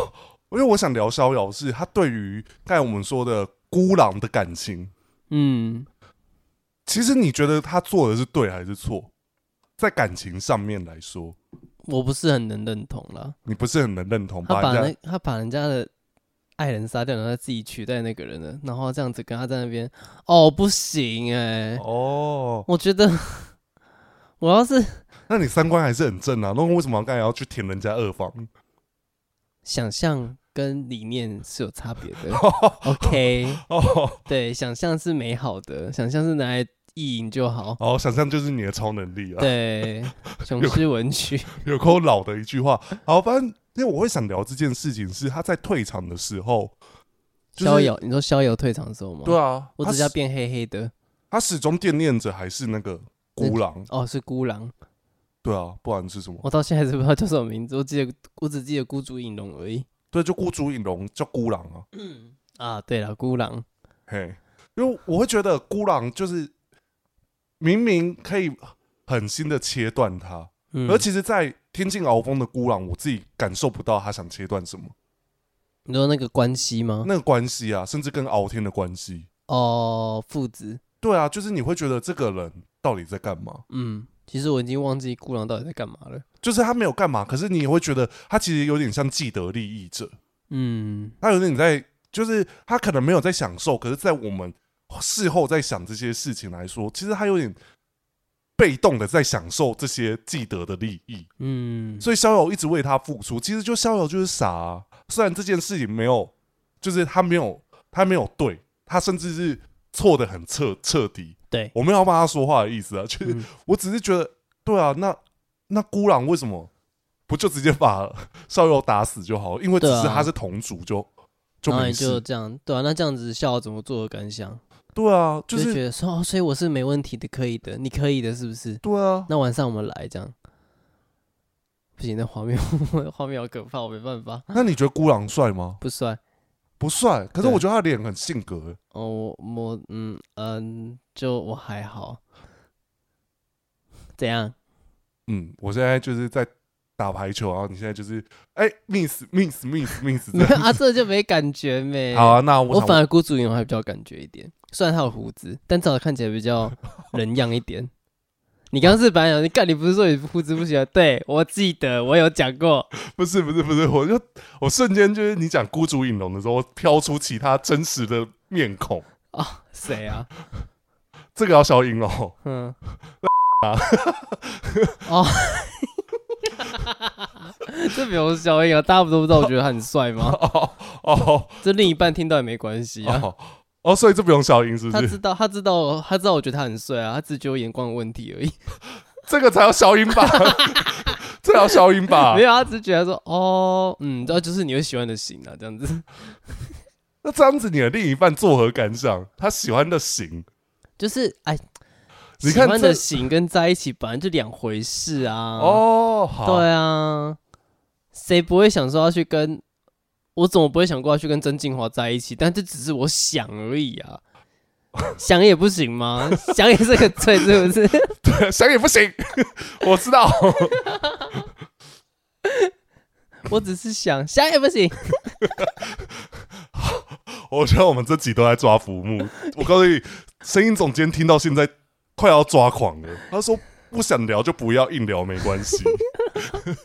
Speaker 1: 因为我想聊逍遥，是他对于刚才我们说的孤狼的感情，
Speaker 2: 嗯，
Speaker 1: 其实你觉得他做的是对还是错？在感情上面来说，
Speaker 2: 我不是很能认同啦。
Speaker 1: 你不是很能认同
Speaker 2: 他
Speaker 1: 吧？
Speaker 2: 把
Speaker 1: 人
Speaker 2: 那
Speaker 1: 家
Speaker 2: 他把人家的爱人杀掉，然后他自己取代那个人了，然后这样子跟他在那边，哦，不行哎、
Speaker 1: 哦，
Speaker 2: 我觉得 我要是
Speaker 1: 那你三观还是很正啊。那为什么刚才要去舔人家二房？
Speaker 2: 想象跟理念是有差别 的，OK，
Speaker 1: 哦
Speaker 2: 对，想象是美好的，想象是拿来意淫 就好，
Speaker 1: 哦，想象就是你的超能力啊！
Speaker 2: 对，雄狮文曲，
Speaker 1: 有够老的一句话。好，反正因为我会想聊这件事情，是他在退场的时候， 就是
Speaker 2: 逍遥，你说逍遥退场的时候吗？
Speaker 1: 对，啊，
Speaker 2: 我
Speaker 1: 他
Speaker 2: 指甲
Speaker 1: 始
Speaker 2: 变黑黑的，
Speaker 1: 他始终惦念着还是那个孤狼，
Speaker 2: 哦，是孤狼，
Speaker 1: 对啊，不然是什么？
Speaker 2: 我到现在还是不知道叫什么名字，我记得我只记得孤注影龙而已。
Speaker 1: 对，就孤竹影龙叫孤狼啊，
Speaker 2: 啊，对了，孤狼，
Speaker 1: 嘿，因为我会觉得孤狼就是明明可以狠心的切断他，
Speaker 2: 嗯，
Speaker 1: 而其实，在天境鳌峰的孤狼，我自己感受不到他想切断什么，
Speaker 2: 你说那个关系吗？
Speaker 1: 那个关系啊，甚至跟敖天的关系，
Speaker 2: 哦，父子，
Speaker 1: 对啊，就是你会觉得这个人到底在干嘛？
Speaker 2: 嗯，其实我已经忘记孤狼到底在干嘛了。
Speaker 1: 就是他没有干嘛，可是你也会觉得他其实有点像既得利益者，
Speaker 2: 嗯，
Speaker 1: 他有点在，就是他可能没有在享受，可是，在我们事后在想这些事情来说，其实他有点被动的在享受这些既得的利益，
Speaker 2: 嗯，
Speaker 1: 所以逍遥一直为他付出，其实就逍遥就是傻啊、虽然这件事情没有，就是他没有，他没有对，他甚至是错的很彻彻底。
Speaker 2: 对，
Speaker 1: 我没有要帮他说话的意思啊，就是
Speaker 2: 嗯
Speaker 1: 我只是觉得，对啊，那那孤狼为什么不就直接把 逍遥打死就好？因为只
Speaker 2: 对啊
Speaker 1: 是他是同族就，就
Speaker 2: 然后
Speaker 1: 没
Speaker 2: 你就
Speaker 1: 事。
Speaker 2: 这样，对啊，那这样子笑怎么做的感想？
Speaker 1: 对啊，就
Speaker 2: 就是觉得说，哦，所以我是没问题的，可以的，你可以的，是不是？
Speaker 1: 对啊，
Speaker 2: 那晚上我们来这样，不行，那画面 画面好可怕，我没办法，
Speaker 1: 那你觉得孤狼帅吗？
Speaker 2: 不帅。
Speaker 1: 不帅，可是
Speaker 2: 对
Speaker 1: 我觉得他脸很性格。欸
Speaker 2: 哦，我我嗯嗯，就我还好。怎样？
Speaker 1: 嗯，我现在就是在打排球，然后你现在就是哎、miss miss miss miss 这
Speaker 2: 没有
Speaker 1: 样。
Speaker 2: 啊，这就没感觉 没。
Speaker 1: 好、啊，那我
Speaker 2: 我
Speaker 1: 想
Speaker 2: 反而孤注一掷还比较有感觉一点，虽然他有胡子，但至少看起来比较人样一点。你刚刚是白讲，你干，你不是说你胡子不喜欢？对我记得我有讲过，
Speaker 1: 不是不是不是，我就我瞬间就是你讲孤竹影龙的时候，我飘出其他真实的面孔。 哦
Speaker 2: 谁啊？
Speaker 1: 这个要消音哦。
Speaker 2: 嗯，
Speaker 1: 啊
Speaker 2: 哦，这没有消音啊！大家不都不知道我觉得他很帅吗？
Speaker 1: 哦哦
Speaker 2: 这另一半听到也没关系啊。
Speaker 1: 哦哦，所以这不用消音是不
Speaker 2: 他
Speaker 1: 是？
Speaker 2: 知道，他知道，他知道，我觉得他很帅啊，他只是觉得我眼光有问题而已。
Speaker 1: 这个才要消音 吧？这要消音吧
Speaker 2: 没？有，他只是觉得说，哦，嗯，这就是你会喜欢的型啊，这样子。
Speaker 1: 那这样子你的另一半作何感想？他喜欢的型，
Speaker 2: 就是哎，
Speaker 1: 你
Speaker 2: 喜
Speaker 1: 看
Speaker 2: 欢的
Speaker 1: 这
Speaker 2: 型跟在一起本来就两回事啊。，
Speaker 1: 哦，好，
Speaker 2: 对啊，谁不会想说要去跟？我怎么不会想过要去跟曾静华在一起？但这只是我想而已 啊，想也不行吗？想也是个罪，是不是？
Speaker 1: 对， 想也不行，我知道，
Speaker 2: 我只是想，想也不行。
Speaker 1: 我觉得我们这集都在抓浮木。我告诉你，声音总监听到现在快要抓狂了，他说不想聊就不要硬聊，没关系。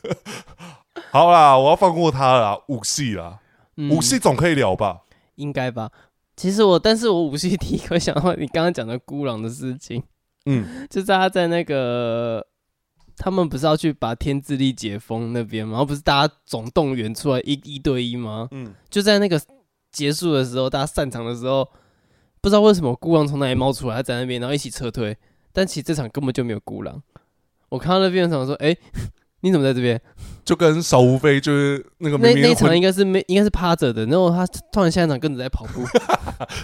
Speaker 1: 好啦，我要放过他啦，五系啦，
Speaker 2: 嗯
Speaker 1: 五系总可以聊吧？
Speaker 2: 应该吧？其实我，但是我五系第一个想到你刚刚讲的孤狼的事情，
Speaker 1: 嗯，
Speaker 2: 就是他在那个他们不是要去把天智力解封那边吗？然后不是大家总动员出来一一对一吗？
Speaker 1: 嗯，
Speaker 2: 就在那个结束的时候，大家散场的时候，不知道为什么孤狼从哪里冒出来，他在那边，然后一起撤退。但其实这场根本就没有孤狼。我看到那边的时候说：“哎、 你怎么在这边？”
Speaker 1: 就跟邵无非就是那个明
Speaker 2: 那那一
Speaker 1: 明
Speaker 2: 场
Speaker 1: 混
Speaker 2: 应该是没，应该是趴着的。然后他突然下一场跟着在跑步，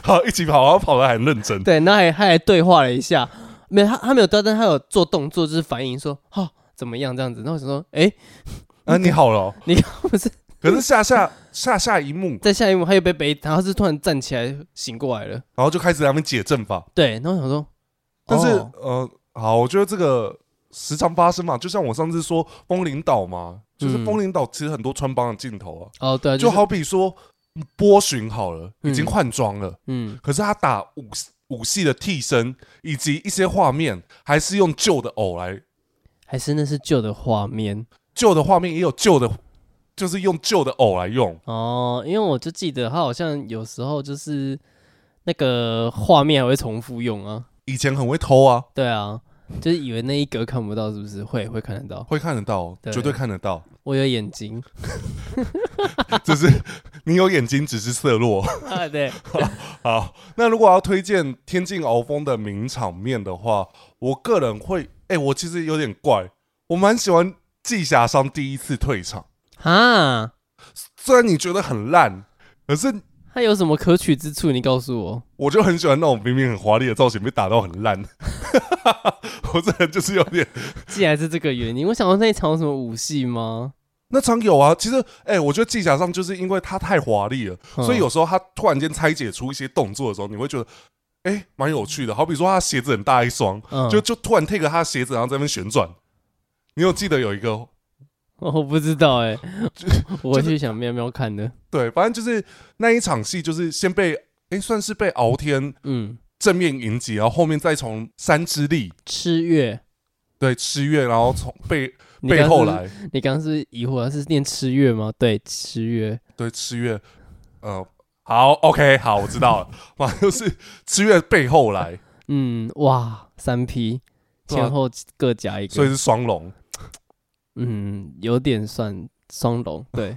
Speaker 1: 好一起跑，然后跑的很认真，
Speaker 2: 对，那还他还对话了一下，没有他他没有对话，但他有做动作，就是反应说哦怎么样这样子。那我想说，哎、
Speaker 1: 啊，你好了哦、
Speaker 2: 你刚不是
Speaker 1: 可是下下下下一幕，
Speaker 2: 在下一幕他又被背，然后是突然站起来醒过来了。
Speaker 1: 然后就开始他们解阵法，
Speaker 2: 对，然后我想说，
Speaker 1: 但是、
Speaker 2: 哦
Speaker 1: 呃，好，我觉得这个时常发生嘛，就像我上次说风铃岛嘛，就是
Speaker 2: 嗯
Speaker 1: 风铃岛其实很多穿帮的镜头啊，
Speaker 2: 哦对啊，
Speaker 1: 就是好比说嗯波旬好了，已经
Speaker 2: 嗯
Speaker 1: 换装了，
Speaker 2: 嗯
Speaker 1: 可是他打武武戏的替身以及一些画面，还是用旧的偶来，
Speaker 2: 还是那是旧的画面
Speaker 1: 旧的画面也有旧的，就是用旧的偶来用。
Speaker 2: 哦，因为我就记得他好像有时候就是那个画面还会重复用啊，
Speaker 1: 以前很会偷啊，
Speaker 2: 对啊，就是以为那一格看不到，是不是？会会看得到，
Speaker 1: 会看得到，
Speaker 2: 对
Speaker 1: 绝对看得到，
Speaker 2: 我有眼睛
Speaker 1: 只是 你有眼睛只是色弱。
Speaker 2: 啊，对，
Speaker 1: 好，那如果要推荐天境鳌峰的名场面的话，我个人会，哎、我其实有点怪，我蛮喜欢季霞商第一次退场，
Speaker 2: 哈。
Speaker 1: 虽然你觉得很烂，可是
Speaker 2: 他有什么可取之处？你告诉我。
Speaker 1: 我就很喜欢那种明明很华丽的造型被打到很烂， 我这人就是有点
Speaker 2: 既然是这个原因，我想到那一场有什么武戏吗？
Speaker 1: 那场有啊。其实，哎、我觉得季霞商就是因为他太华丽了，
Speaker 2: 嗯
Speaker 1: 所以有时候他突然间拆解出一些动作的时候，你会觉得。哎、蛮有趣的。好比说，他鞋子很大一双，
Speaker 2: 嗯
Speaker 1: 就就突然 take 他的鞋子，然后在那边旋转。你有记得有一个
Speaker 2: 我不知道哎、
Speaker 1: 就
Speaker 2: 我回去想喵喵看的。
Speaker 1: 对，反正就是那一场戏，就是先被哎、算是被敖天
Speaker 2: 嗯，
Speaker 1: 正面迎击，然后后面再从山之力
Speaker 2: 吃月，
Speaker 1: 对吃月，然后从背
Speaker 2: 你刚
Speaker 1: 背后
Speaker 2: 是不是。
Speaker 1: 来
Speaker 2: 你刚刚是不是疑惑他是念吃月吗？对，吃月。
Speaker 1: 对吃月，呃，好，OK，好，我知道了， 反正就是吃月背后来，
Speaker 2: 嗯，哇，三 P
Speaker 1: 对啊
Speaker 2: 前后各加一
Speaker 1: 所以
Speaker 2: 个，
Speaker 1: 是双龙。
Speaker 2: 嗯，有点算双龙， 对。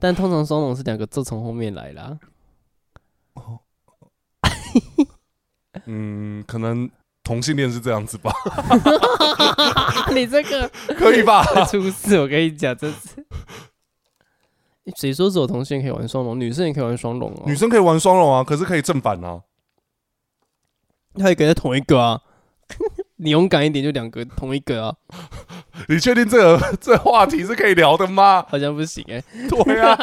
Speaker 2: 但通常双龙是两个都从后面来 啦。
Speaker 1: 嗯，可能同性恋是这样子吧，
Speaker 2: 你这个
Speaker 1: 可以吧？
Speaker 2: 会出事，我跟你讲，这次。谁说只有同性可以玩双龙？女生也可以玩双龙哦。
Speaker 1: 女生可以玩双龙啊，可是可以正反啊。
Speaker 2: 他也跟在同一个啊。 你勇敢一点，就两个同一个啊，
Speaker 1: 你确定这个 这话题是可以聊的 吗？
Speaker 2: 好像不行哎、
Speaker 1: 对啊，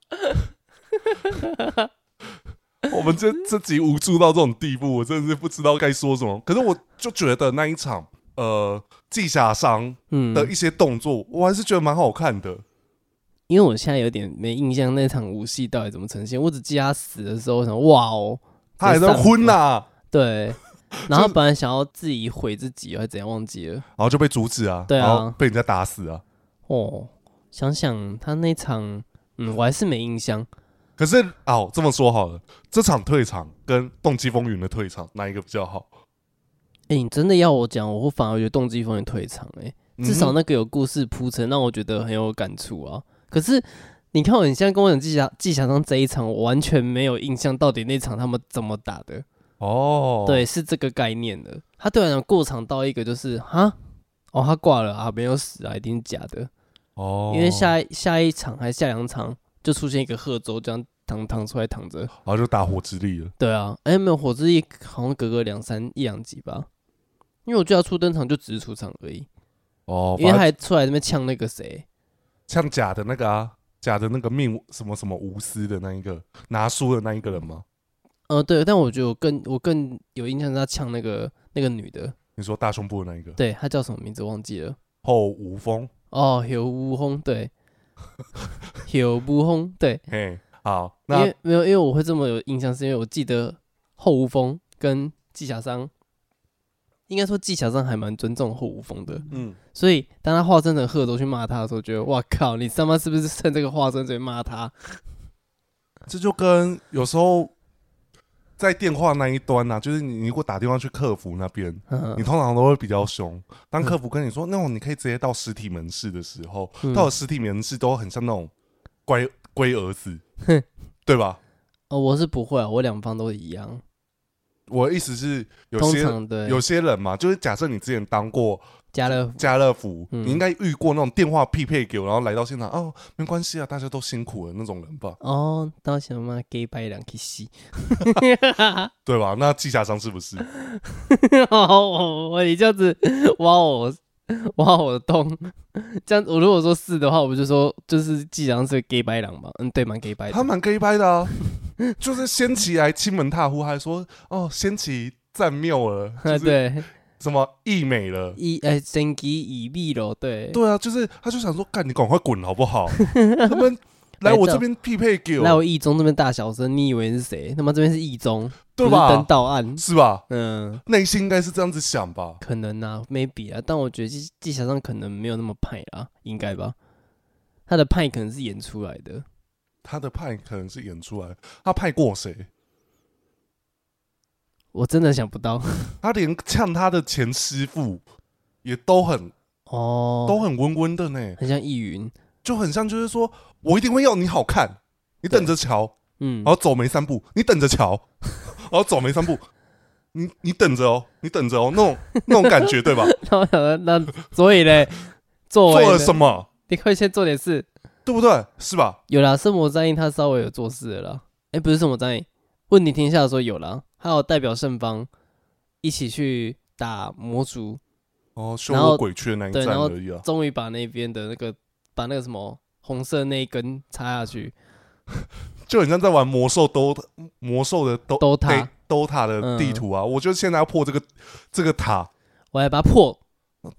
Speaker 1: 我们这这集无助到这种地步，我真的是不知道该说什么。可是我就觉得那一场呃季霞商
Speaker 2: 嗯，
Speaker 1: 的一些动作，我还是觉得蛮好看的。
Speaker 2: 因为我现在有点没印象那场武戏到底怎么呈现，我只记得他死的时候，我想哇哦，
Speaker 1: 他还在昏啊呐、
Speaker 2: 嗯 对，然后本来想要自己毁自己，哦还是怎样忘记了
Speaker 1: 然后就被阻止啊，
Speaker 2: 对啊
Speaker 1: 然后被人家打死啊。
Speaker 2: 哦。想想他那场，嗯，我还是没印象。
Speaker 1: 可是哦，这么说好了，这场退场跟《动机风云》的退场哪一个比较好？
Speaker 2: 哎、你真的要我讲，我会反而觉得动机风也退场、欸。至
Speaker 1: 嗯
Speaker 2: 少那个有故事铺陈，让我觉得很有感触啊。可是你看我，你现在跟我讲季霞季霞上这一场，我完全没有印象到底那场他们怎么打的。
Speaker 1: 哦，
Speaker 2: 对，是这个概念的。他对我来讲过场到一个就是哈，哦，他挂了啊，没有死啊，一定是假的。
Speaker 1: 哦，
Speaker 2: 因为下一下一场还是下两场就出现一个贺州这样躺躺出来躺着。
Speaker 1: 然后就打火之力了。
Speaker 2: 对啊，哎、没有火之力好像隔个两三一两集吧。因为我觉得他初登场就只是出场而已，
Speaker 1: 哦，
Speaker 2: 因为
Speaker 1: 反正
Speaker 2: 他还出来那边呛那个谁，
Speaker 1: 像假的那个啊，假的那个命什么什么无私的那一个拿书的那一个人吗？
Speaker 2: 呃，对，但我觉得我更我更有印象是他呛那个那个女的，
Speaker 1: 你说大胸部的那一个
Speaker 2: 对她叫什么名字忘记了。
Speaker 1: 后无风，
Speaker 2: 哦，有乌轰，对， 有乌轰，对，
Speaker 1: 嘿，好，
Speaker 2: 因
Speaker 1: 那
Speaker 2: 为没有，因为我会这么有印象，是因为我记得后无风跟季霞商，应该说季霞商还蛮尊重后无风的，
Speaker 1: 嗯，
Speaker 2: 所以当他化身成贺州去骂他的时候，觉得哇靠，你他妈是不是趁这个化身嘴骂他？
Speaker 1: 这就跟有时候在电话那一端呐、啊，就是你如果打电话去客服那边，
Speaker 2: 嗯
Speaker 1: 你，通常都会比较凶。当客服跟你说“那种你可以直接到实体门市”的时候，
Speaker 2: 嗯
Speaker 1: 到了实体门市都很像那种乖乖儿子，对吧？
Speaker 2: 哦，我是不会啊，我两方都一样，
Speaker 1: 我的意思是，有
Speaker 2: 通
Speaker 1: 些
Speaker 2: 常对
Speaker 1: 有些人嘛，就是假设你之前当过
Speaker 2: 家乐福
Speaker 1: 家乐福，
Speaker 2: 嗯
Speaker 1: 你应该遇过那种电话匹配给我，然后来到现场，哦，没关系啊，大家都辛苦了那种人吧，
Speaker 2: 哦，当时嘛给拜两去死，
Speaker 1: 对吧？那季家商是不是？
Speaker 2: 哦，我你这样子挖我挖我的洞，这样我如果说是的话，我就说就是既然是给白狼嘛，嗯，对，蛮给白
Speaker 1: 他
Speaker 2: 的，
Speaker 1: 蛮 gay 掰的啊，就是掀起来亲门踏户，还说哦，掀起赞谬 了，就是
Speaker 2: 对，
Speaker 1: 什么溢美了。
Speaker 2: 以哎神奇以避咯，对，
Speaker 1: 对啊，就是他就想说，干你赶快滚好不 好？他们来我这边匹配给
Speaker 2: 来我
Speaker 1: 我，
Speaker 2: 义中这边大小声，你以为是谁？他妈这边是义中，
Speaker 1: 对
Speaker 2: 不是登
Speaker 1: 吧？
Speaker 2: 道案，
Speaker 1: 是吧？
Speaker 2: 嗯，
Speaker 1: 内心应该是这样子想吧？
Speaker 2: 可能啊，maybe 啊，但我觉得技技巧上可能没有那么派啦，应该吧。他的派可能是演出来的，
Speaker 1: 他的派可能是演出来，他派过谁？
Speaker 2: 我真的想不到
Speaker 1: 他连呛他的前师傅也都很
Speaker 2: 哦，
Speaker 1: 都很温温的呢，
Speaker 2: 很像易云，
Speaker 1: 就很像就是说我一定会要你好看，你等着瞧。
Speaker 2: 嗯
Speaker 1: 然，后走没三步，你等着瞧， 然后走没三步，你你等着哦，你等着哦，那种那种感觉对吧？
Speaker 2: 那我想说，那所以嘞，作
Speaker 1: 做
Speaker 2: 为
Speaker 1: 了
Speaker 2: 呢
Speaker 1: 什么？
Speaker 2: 你快先做点事。
Speaker 1: 对不对？是吧？
Speaker 2: 有啦，圣魔战役他稍微有做事了啦。哎、不是圣魔战役，问你天下的时候有啦，还有代表圣方一起去打魔族，
Speaker 1: 哦，修
Speaker 2: 然
Speaker 1: 罗
Speaker 2: 后
Speaker 1: 鬼去的那一
Speaker 2: 对
Speaker 1: 站
Speaker 2: 然后
Speaker 1: 而已啊。
Speaker 2: 终于把那边的那个把那个什么红色那一根插下去，
Speaker 1: 就很像在玩魔兽都魔兽的都
Speaker 2: Dota
Speaker 1: 都塔的地图啊。
Speaker 2: 嗯
Speaker 1: 我觉得现在要破这个这个塔，
Speaker 2: 我还把它破。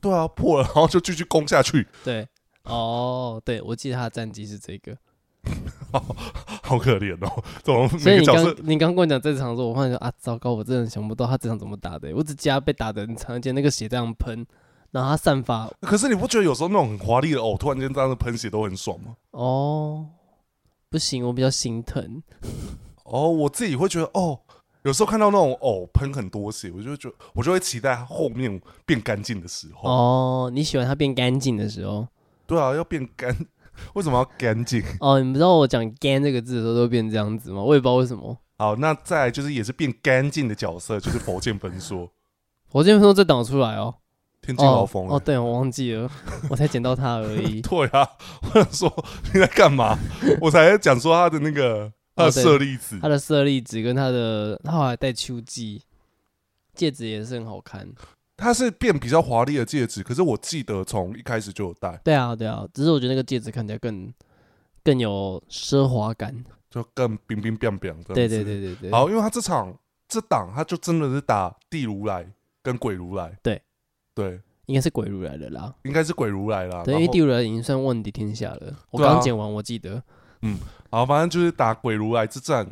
Speaker 1: 对啊，破了然后就继续攻下去，
Speaker 2: 对，哦，对，我记得他的战绩是这个。
Speaker 1: 好可怜哦。怎么
Speaker 2: 所以
Speaker 1: 每个
Speaker 2: 你
Speaker 1: 角
Speaker 2: 刚
Speaker 1: 色
Speaker 2: 你刚跟我讲这场的时候，我忽然说啊，糟糕，我真的想不到他这场怎么打的、我只记得他被打的很惨，而且那个血这样喷，然后他散发
Speaker 1: 可是你不觉得有时候那种很华丽的偶突然间这样的喷血都很爽吗？
Speaker 2: 哦，不行，我比较心疼。
Speaker 1: 哦，我自己会觉得哦，有时候看到那种偶喷很多血，我就会觉得我就会期待它后面变干净的时候。
Speaker 2: 哦，你喜欢它变干净的时候。
Speaker 1: 对啊，要变干， 为什么要干净？
Speaker 2: 哦，你不知道我讲“干”这个字的时候都会变这样子吗？我也不知道为什么。
Speaker 1: 好，那再来就是也是变干净的角色，就是佛剑分
Speaker 2: 哦
Speaker 1: 说，
Speaker 2: 火箭说这档出来哦，
Speaker 1: 天际老
Speaker 2: 哦
Speaker 1: 风、
Speaker 2: 哦，对，我忘记了， 我才捡到它而 已。
Speaker 1: 对啊，我想说你在干嘛？我才讲说他的那个他的
Speaker 2: 哦对
Speaker 1: 舍利子
Speaker 2: 它的舍利子跟它的，它后来带秋季，戒指也是很好看。
Speaker 1: 它是变比较华丽的戒指，可是我记得从一开始就有戴，
Speaker 2: 对啊，对啊，只是我觉得那个戒指看起来更更有奢华感。
Speaker 1: 就更冰冰冰冰的。
Speaker 2: 对对对对对，
Speaker 1: 好，因为他这场这档他就真的是打地如来跟鬼如来，
Speaker 2: 对
Speaker 1: 对，
Speaker 2: 应该是鬼如来的啦。
Speaker 1: 应该是鬼如来啦。
Speaker 2: 对，
Speaker 1: 然
Speaker 2: 因为
Speaker 1: 后
Speaker 2: 地如来已经算问鼎天下了。我
Speaker 1: 对啊
Speaker 2: 刚剪完，我记得。
Speaker 1: 好，反正就是打鬼如来之战，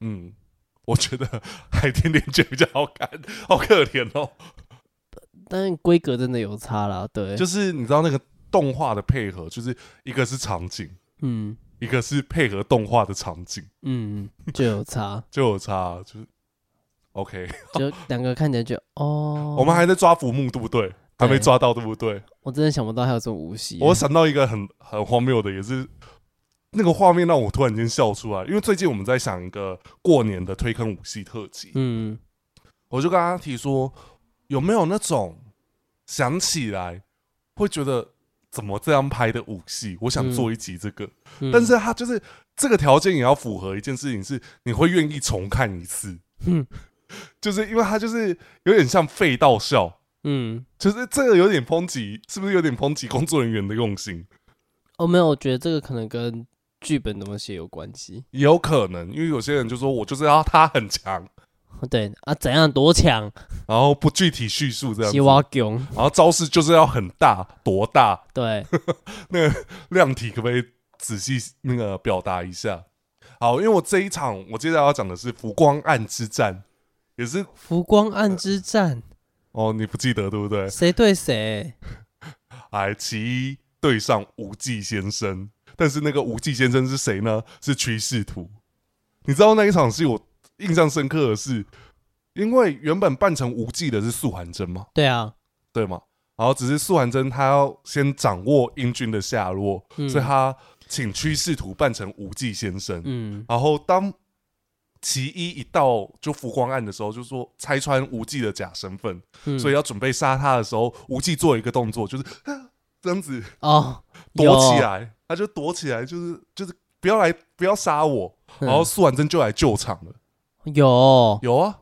Speaker 1: 嗯，我觉得海天连接比较好看， 好可怜哦。
Speaker 2: 但规格真的有差啦，对，
Speaker 1: 就是你知道那个动画的配合，就是一个是场景，
Speaker 2: 嗯
Speaker 1: 一个是配合动画的场景，，
Speaker 2: 嗯就有差
Speaker 1: 就有差，就是 OK。
Speaker 2: 就两个看起来就哦，
Speaker 1: 我们还在抓浮木，对不对？还没抓到，对不对？
Speaker 2: 我真的想不到还有这种啊无锡，
Speaker 1: 我想到一个很很荒谬的，也是那个画面让我突然间笑出来，因为最近我们在想一个过年的推坑武戏特辑，
Speaker 2: 嗯
Speaker 1: 我就跟他提说，有没有那种想起来会觉得怎么这样拍的武戏？我想做一集这个，
Speaker 2: 嗯
Speaker 1: 但是他就是这个条件也要符合一件事情，是你会愿意重看一次，
Speaker 2: 嗯
Speaker 1: 就是因为他就是有点像废到笑，
Speaker 2: 嗯
Speaker 1: 就是这个有点抨击，是不是有点抨击工作人员的用心？
Speaker 2: 哦没有，我觉得这个可能跟剧本怎么写有关系，
Speaker 1: 也有可能，因为有些人就说我就是要他很强，
Speaker 2: 对啊，怎样多强，
Speaker 1: 然后不具体叙述这样子
Speaker 2: 西，瓜囧，
Speaker 1: 然后招式就是要很大，多大，
Speaker 2: 对，
Speaker 1: 量体可不可以仔细那个表达一下？好，因为我这一场我接下来要讲的是浮光暗之战，也是
Speaker 2: 浮光暗之战，
Speaker 1: 哦，你不记得对不对？
Speaker 2: 谁对谁？
Speaker 1: 哎，其一对上无忌先生，但是那个无忌先生是谁呢？是趋势图。你知道那一场戏我印象深刻的是，因为原本扮成无忌的是素还真嘛，
Speaker 2: 对啊，
Speaker 1: 对吗？然后只是素还真他要先掌握英军的下落，
Speaker 2: 嗯
Speaker 1: 所以他请趋势图扮成无忌先生。
Speaker 2: 嗯
Speaker 1: 然后当其一一到就浮光案的时候，就说拆穿无忌的假身份，
Speaker 2: 嗯，
Speaker 1: 所以要准备杀他的时候，无忌做一个动作，就是 啊这样子
Speaker 2: 哦
Speaker 1: 躲起，来，他就躲起来，就是就是不要来不要杀我。
Speaker 2: 嗯
Speaker 1: 然后苏婉珍就来救场了，
Speaker 2: 有有，
Speaker 1: 有啊，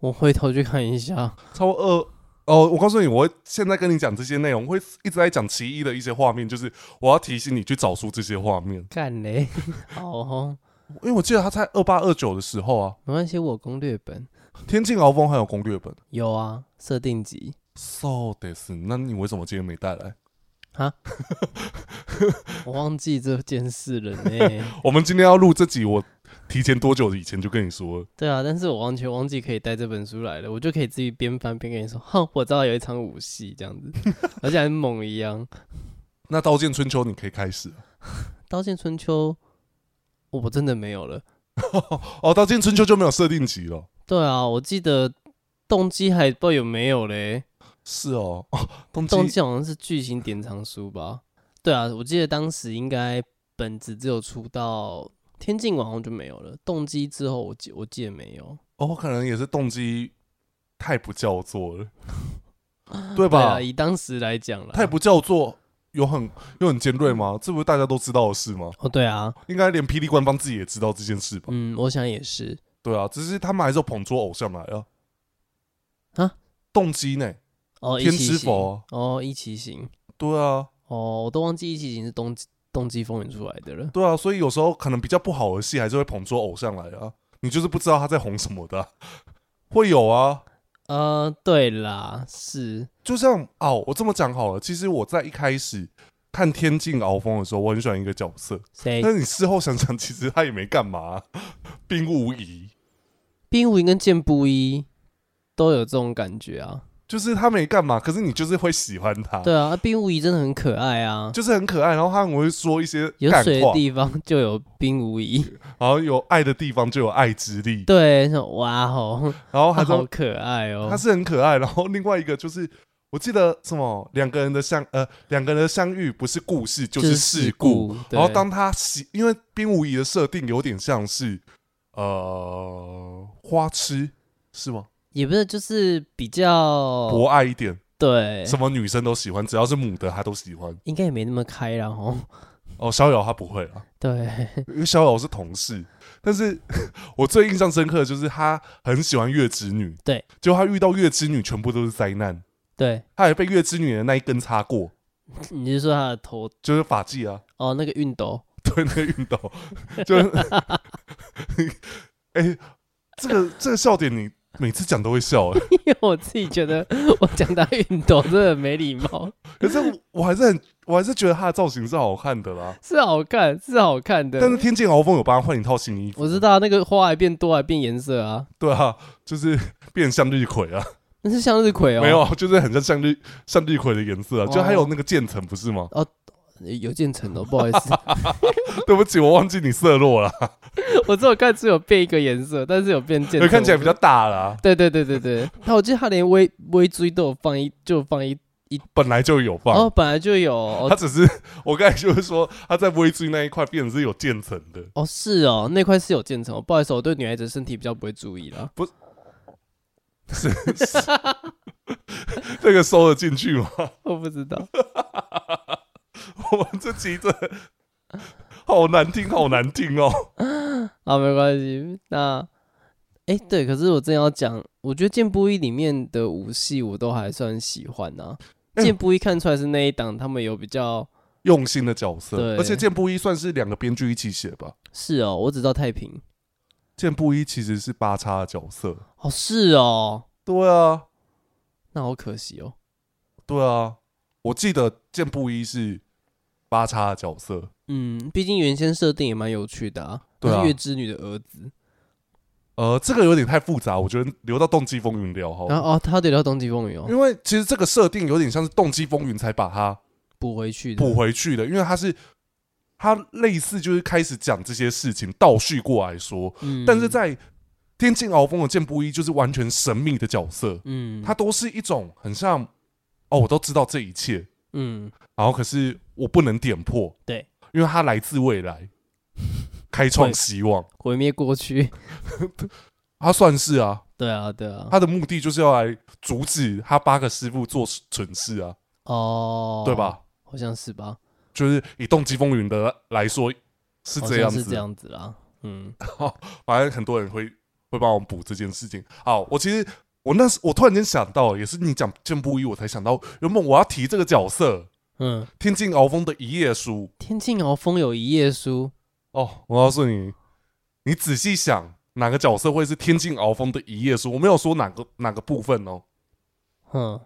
Speaker 2: 我回头去看一下，
Speaker 1: 差不多二。哦，我告诉你，我会现在跟你讲这些内容，我会一直在讲其一的一些画面，就是我要提醒你去找出这些画面，
Speaker 2: 干嘞， 好哦，
Speaker 1: 因为我记得他在二八二九的时候啊，
Speaker 2: 没关系，我有攻略本。
Speaker 1: 《天境鳌峰》还有攻略本，
Speaker 2: 有啊，设定集。
Speaker 1: So this，那你为什么今天没带来？
Speaker 2: 我忘记这件事了呢、
Speaker 1: 我们今天要录这集，我提前多久以前就跟你说了？
Speaker 2: 对啊，但是我完全忘记可以带这本书来了，我就可以自己边翻边跟你说，哼，我知道有一场武戏这 样子，而且还猛一样。《
Speaker 1: 那《刀剑春秋》你可以开始了
Speaker 2: 刀剑春秋》我我真的没有了。
Speaker 1: 哦，《刀剑春秋》就没有设定集了。
Speaker 2: 对啊，我记得动机还不知道有没有嘞，
Speaker 1: 是哦，哦，东
Speaker 2: 动
Speaker 1: 京
Speaker 2: 机好像是剧情典藏书吧？对啊，我记得当时应该本子只有出到天境网红就没有了，动机之后我记我记得没有。
Speaker 1: 哦，可能也是动机太不叫做 了，对
Speaker 2: 对
Speaker 1: 吧？
Speaker 2: 啊，以当时来讲了，
Speaker 1: 太不叫做，有很有很尖锐吗？这不是大家都知道的事吗？
Speaker 2: 哦，对啊，
Speaker 1: 应该连霹雳官方自己也知道这件事吧？
Speaker 2: 嗯，我想也是，
Speaker 1: 对啊，只是他们还是有捧出偶像来啊。
Speaker 2: 啊，
Speaker 1: 动机呢？
Speaker 2: 哦，
Speaker 1: 天
Speaker 2: 一骑
Speaker 1: 之佛啊
Speaker 2: 行，哦，一骑行，
Speaker 1: 对啊，
Speaker 2: 哦，我都忘记一骑行是冬季冬季风云出来的了，
Speaker 1: 对啊，所以有时候可能比较不好的戏，还是会捧出偶像来啊。你就是不知道他在红什么的啊、会有啊。
Speaker 2: 呃，对啦，是，
Speaker 1: 就像哦，我这么讲好了，其实我在一开始看《天境鳌峰》的时候，我很喜欢一个角色，
Speaker 2: 谁？
Speaker 1: 但你事后想想，其实他也没干嘛，并无疑，
Speaker 2: 冰无影跟剑不一都有这种感觉啊，
Speaker 1: 就是他没干嘛，可是你就是会喜欢他，
Speaker 2: 对啊，啊冰无影真的很可爱啊，
Speaker 1: 就是很可爱。然后他很会说一些
Speaker 2: 有
Speaker 1: 干
Speaker 2: 水
Speaker 1: 话
Speaker 2: 的，地方就有冰无影，
Speaker 1: 然后有爱的地方就有爱之力，
Speaker 2: 对，那种哇哦，
Speaker 1: 然后
Speaker 2: 他
Speaker 1: 还
Speaker 2: 好
Speaker 1: 有
Speaker 2: 可爱哦
Speaker 1: 他，是很可爱。然后另外一个就是，我记得什么两个人的相呃两个人的相遇不是故事就是事故。，
Speaker 2: 对
Speaker 1: 然后当他喜，因为冰无疑的设定有点像是呃花痴是吗？
Speaker 2: 也不是就是比较
Speaker 1: 博爱一点，
Speaker 2: 哦对，
Speaker 1: 什么女生都喜欢，只要是母的他都喜欢。
Speaker 2: 应该也没那么开啦吼。
Speaker 1: 哦，逍遥他不会啦，
Speaker 2: 对，
Speaker 1: 因为逍遥是同事。但是 我最印象深刻的就是他很喜欢月之女，
Speaker 2: 对，
Speaker 1: 结果他遇到月之女全部都是灾难，
Speaker 2: 对，
Speaker 1: 他还被月之女的那一根插过，
Speaker 2: 你是说他的头
Speaker 1: 就是发髻啊，
Speaker 2: 哦，那个熨斗，
Speaker 1: 对，那个熨斗， 就是，哎、这个这个笑点你每次讲都会笑、哎，
Speaker 2: 因为我自己觉得我讲他熨斗真的很没礼貌，
Speaker 1: 可是我我还是很我还是觉得他的造型是好看的啦。
Speaker 2: 是好看，是好看的
Speaker 1: 但。是天剑鳌峰有帮他换一套新衣服，
Speaker 2: 我知道那个花还变多，还变颜色啊，
Speaker 1: 对啊，就是变向日葵啊，
Speaker 2: 那是向日葵哦。
Speaker 1: 没有，就是很像向日向日葵的颜色啊，就
Speaker 2: 哦
Speaker 1: 还有那个渐层不是吗？
Speaker 2: 呃，有建成哦，不好意思，
Speaker 1: 对不起，我忘记你色弱了，
Speaker 2: 我只有看只有变一个颜色，但是有变建成。
Speaker 1: 看起来比较大啦，
Speaker 2: 对对对对 对，但我记得他连微微锥都有放一，就放一
Speaker 1: 本来就有放。
Speaker 2: 哦，本来就有哦
Speaker 1: 他只是， 我刚才就是说，他在微追那一块变成是有渐层的，
Speaker 2: 哦是哦，那块是有建成哦，不好意思，我对女孩子的身体比较不会注意啦。
Speaker 1: 是是这个收得进去吗？
Speaker 2: 我不知 道，
Speaker 1: 我们这集真的好难听，好难听哦。
Speaker 2: 啊，没关系。那，哎、对，可是我真要讲，我觉得《剑不一》里面的武戏我都还算喜欢呐、
Speaker 1: 哎
Speaker 2: 剑不一》看出来是那一档，他们有比较
Speaker 1: 用心的角色，
Speaker 2: 对
Speaker 1: 而且剑不一算是两个编剧一起写吧。
Speaker 2: 是哦，我只知道太平
Speaker 1: 剑不一其实是八叉的角色，
Speaker 2: 哦，是哦，
Speaker 1: 对啊，
Speaker 2: 那好可惜哦。
Speaker 1: 对啊，我记得剑不一是八叉的角色，
Speaker 2: 嗯，毕竟原先设定也蛮有趣的啊，
Speaker 1: 对啊
Speaker 2: 他是月之女的儿子，
Speaker 1: 呃，这个有点太复杂，我觉得留到《动机风云》聊好了
Speaker 2: 然后哦，他得到冬季风云哦，
Speaker 1: 因为其实这个设定有点像是《动机风云》才把它
Speaker 2: 补回去的，
Speaker 1: 补回去的，因为它是它类似就是开始讲这些事情倒叙过来说，
Speaker 2: 嗯
Speaker 1: 但是在《天境鳌峰》的剑不一就是完全神秘的角色，
Speaker 2: 嗯，
Speaker 1: 他都是一种很像哦，我都知道这一切，
Speaker 2: 嗯
Speaker 1: 然后可是我不能点破，
Speaker 2: 对，
Speaker 1: 因为他来自未来， 开创希望，
Speaker 2: 毁灭 过去，
Speaker 1: 他算是啊，
Speaker 2: 对啊对啊，
Speaker 1: 他的目的就是要来阻止他八个师傅做蠢事啊，
Speaker 2: 哦，
Speaker 1: 对？吧？
Speaker 2: 好像是吧，
Speaker 1: 就是以动机风云的来说是
Speaker 2: 好
Speaker 1: 这
Speaker 2: 像
Speaker 1: 样
Speaker 2: 哦是这
Speaker 1: 子，
Speaker 2: 样子啦， 嗯
Speaker 1: 反正很多人会会帮我们补这件事情。好，我其实我那时我突然间想到，也是你讲剑不一，我才想到原本我要提这个角色
Speaker 2: 嗯。
Speaker 1: 天境鳌峰的一页书
Speaker 2: 天境鳌峰有一页书，
Speaker 1: 哦。我告诉你，你仔细想哪个角色会是天境鳌峰的一页书？我没有说哪个哪个部分哦，
Speaker 2: 哼，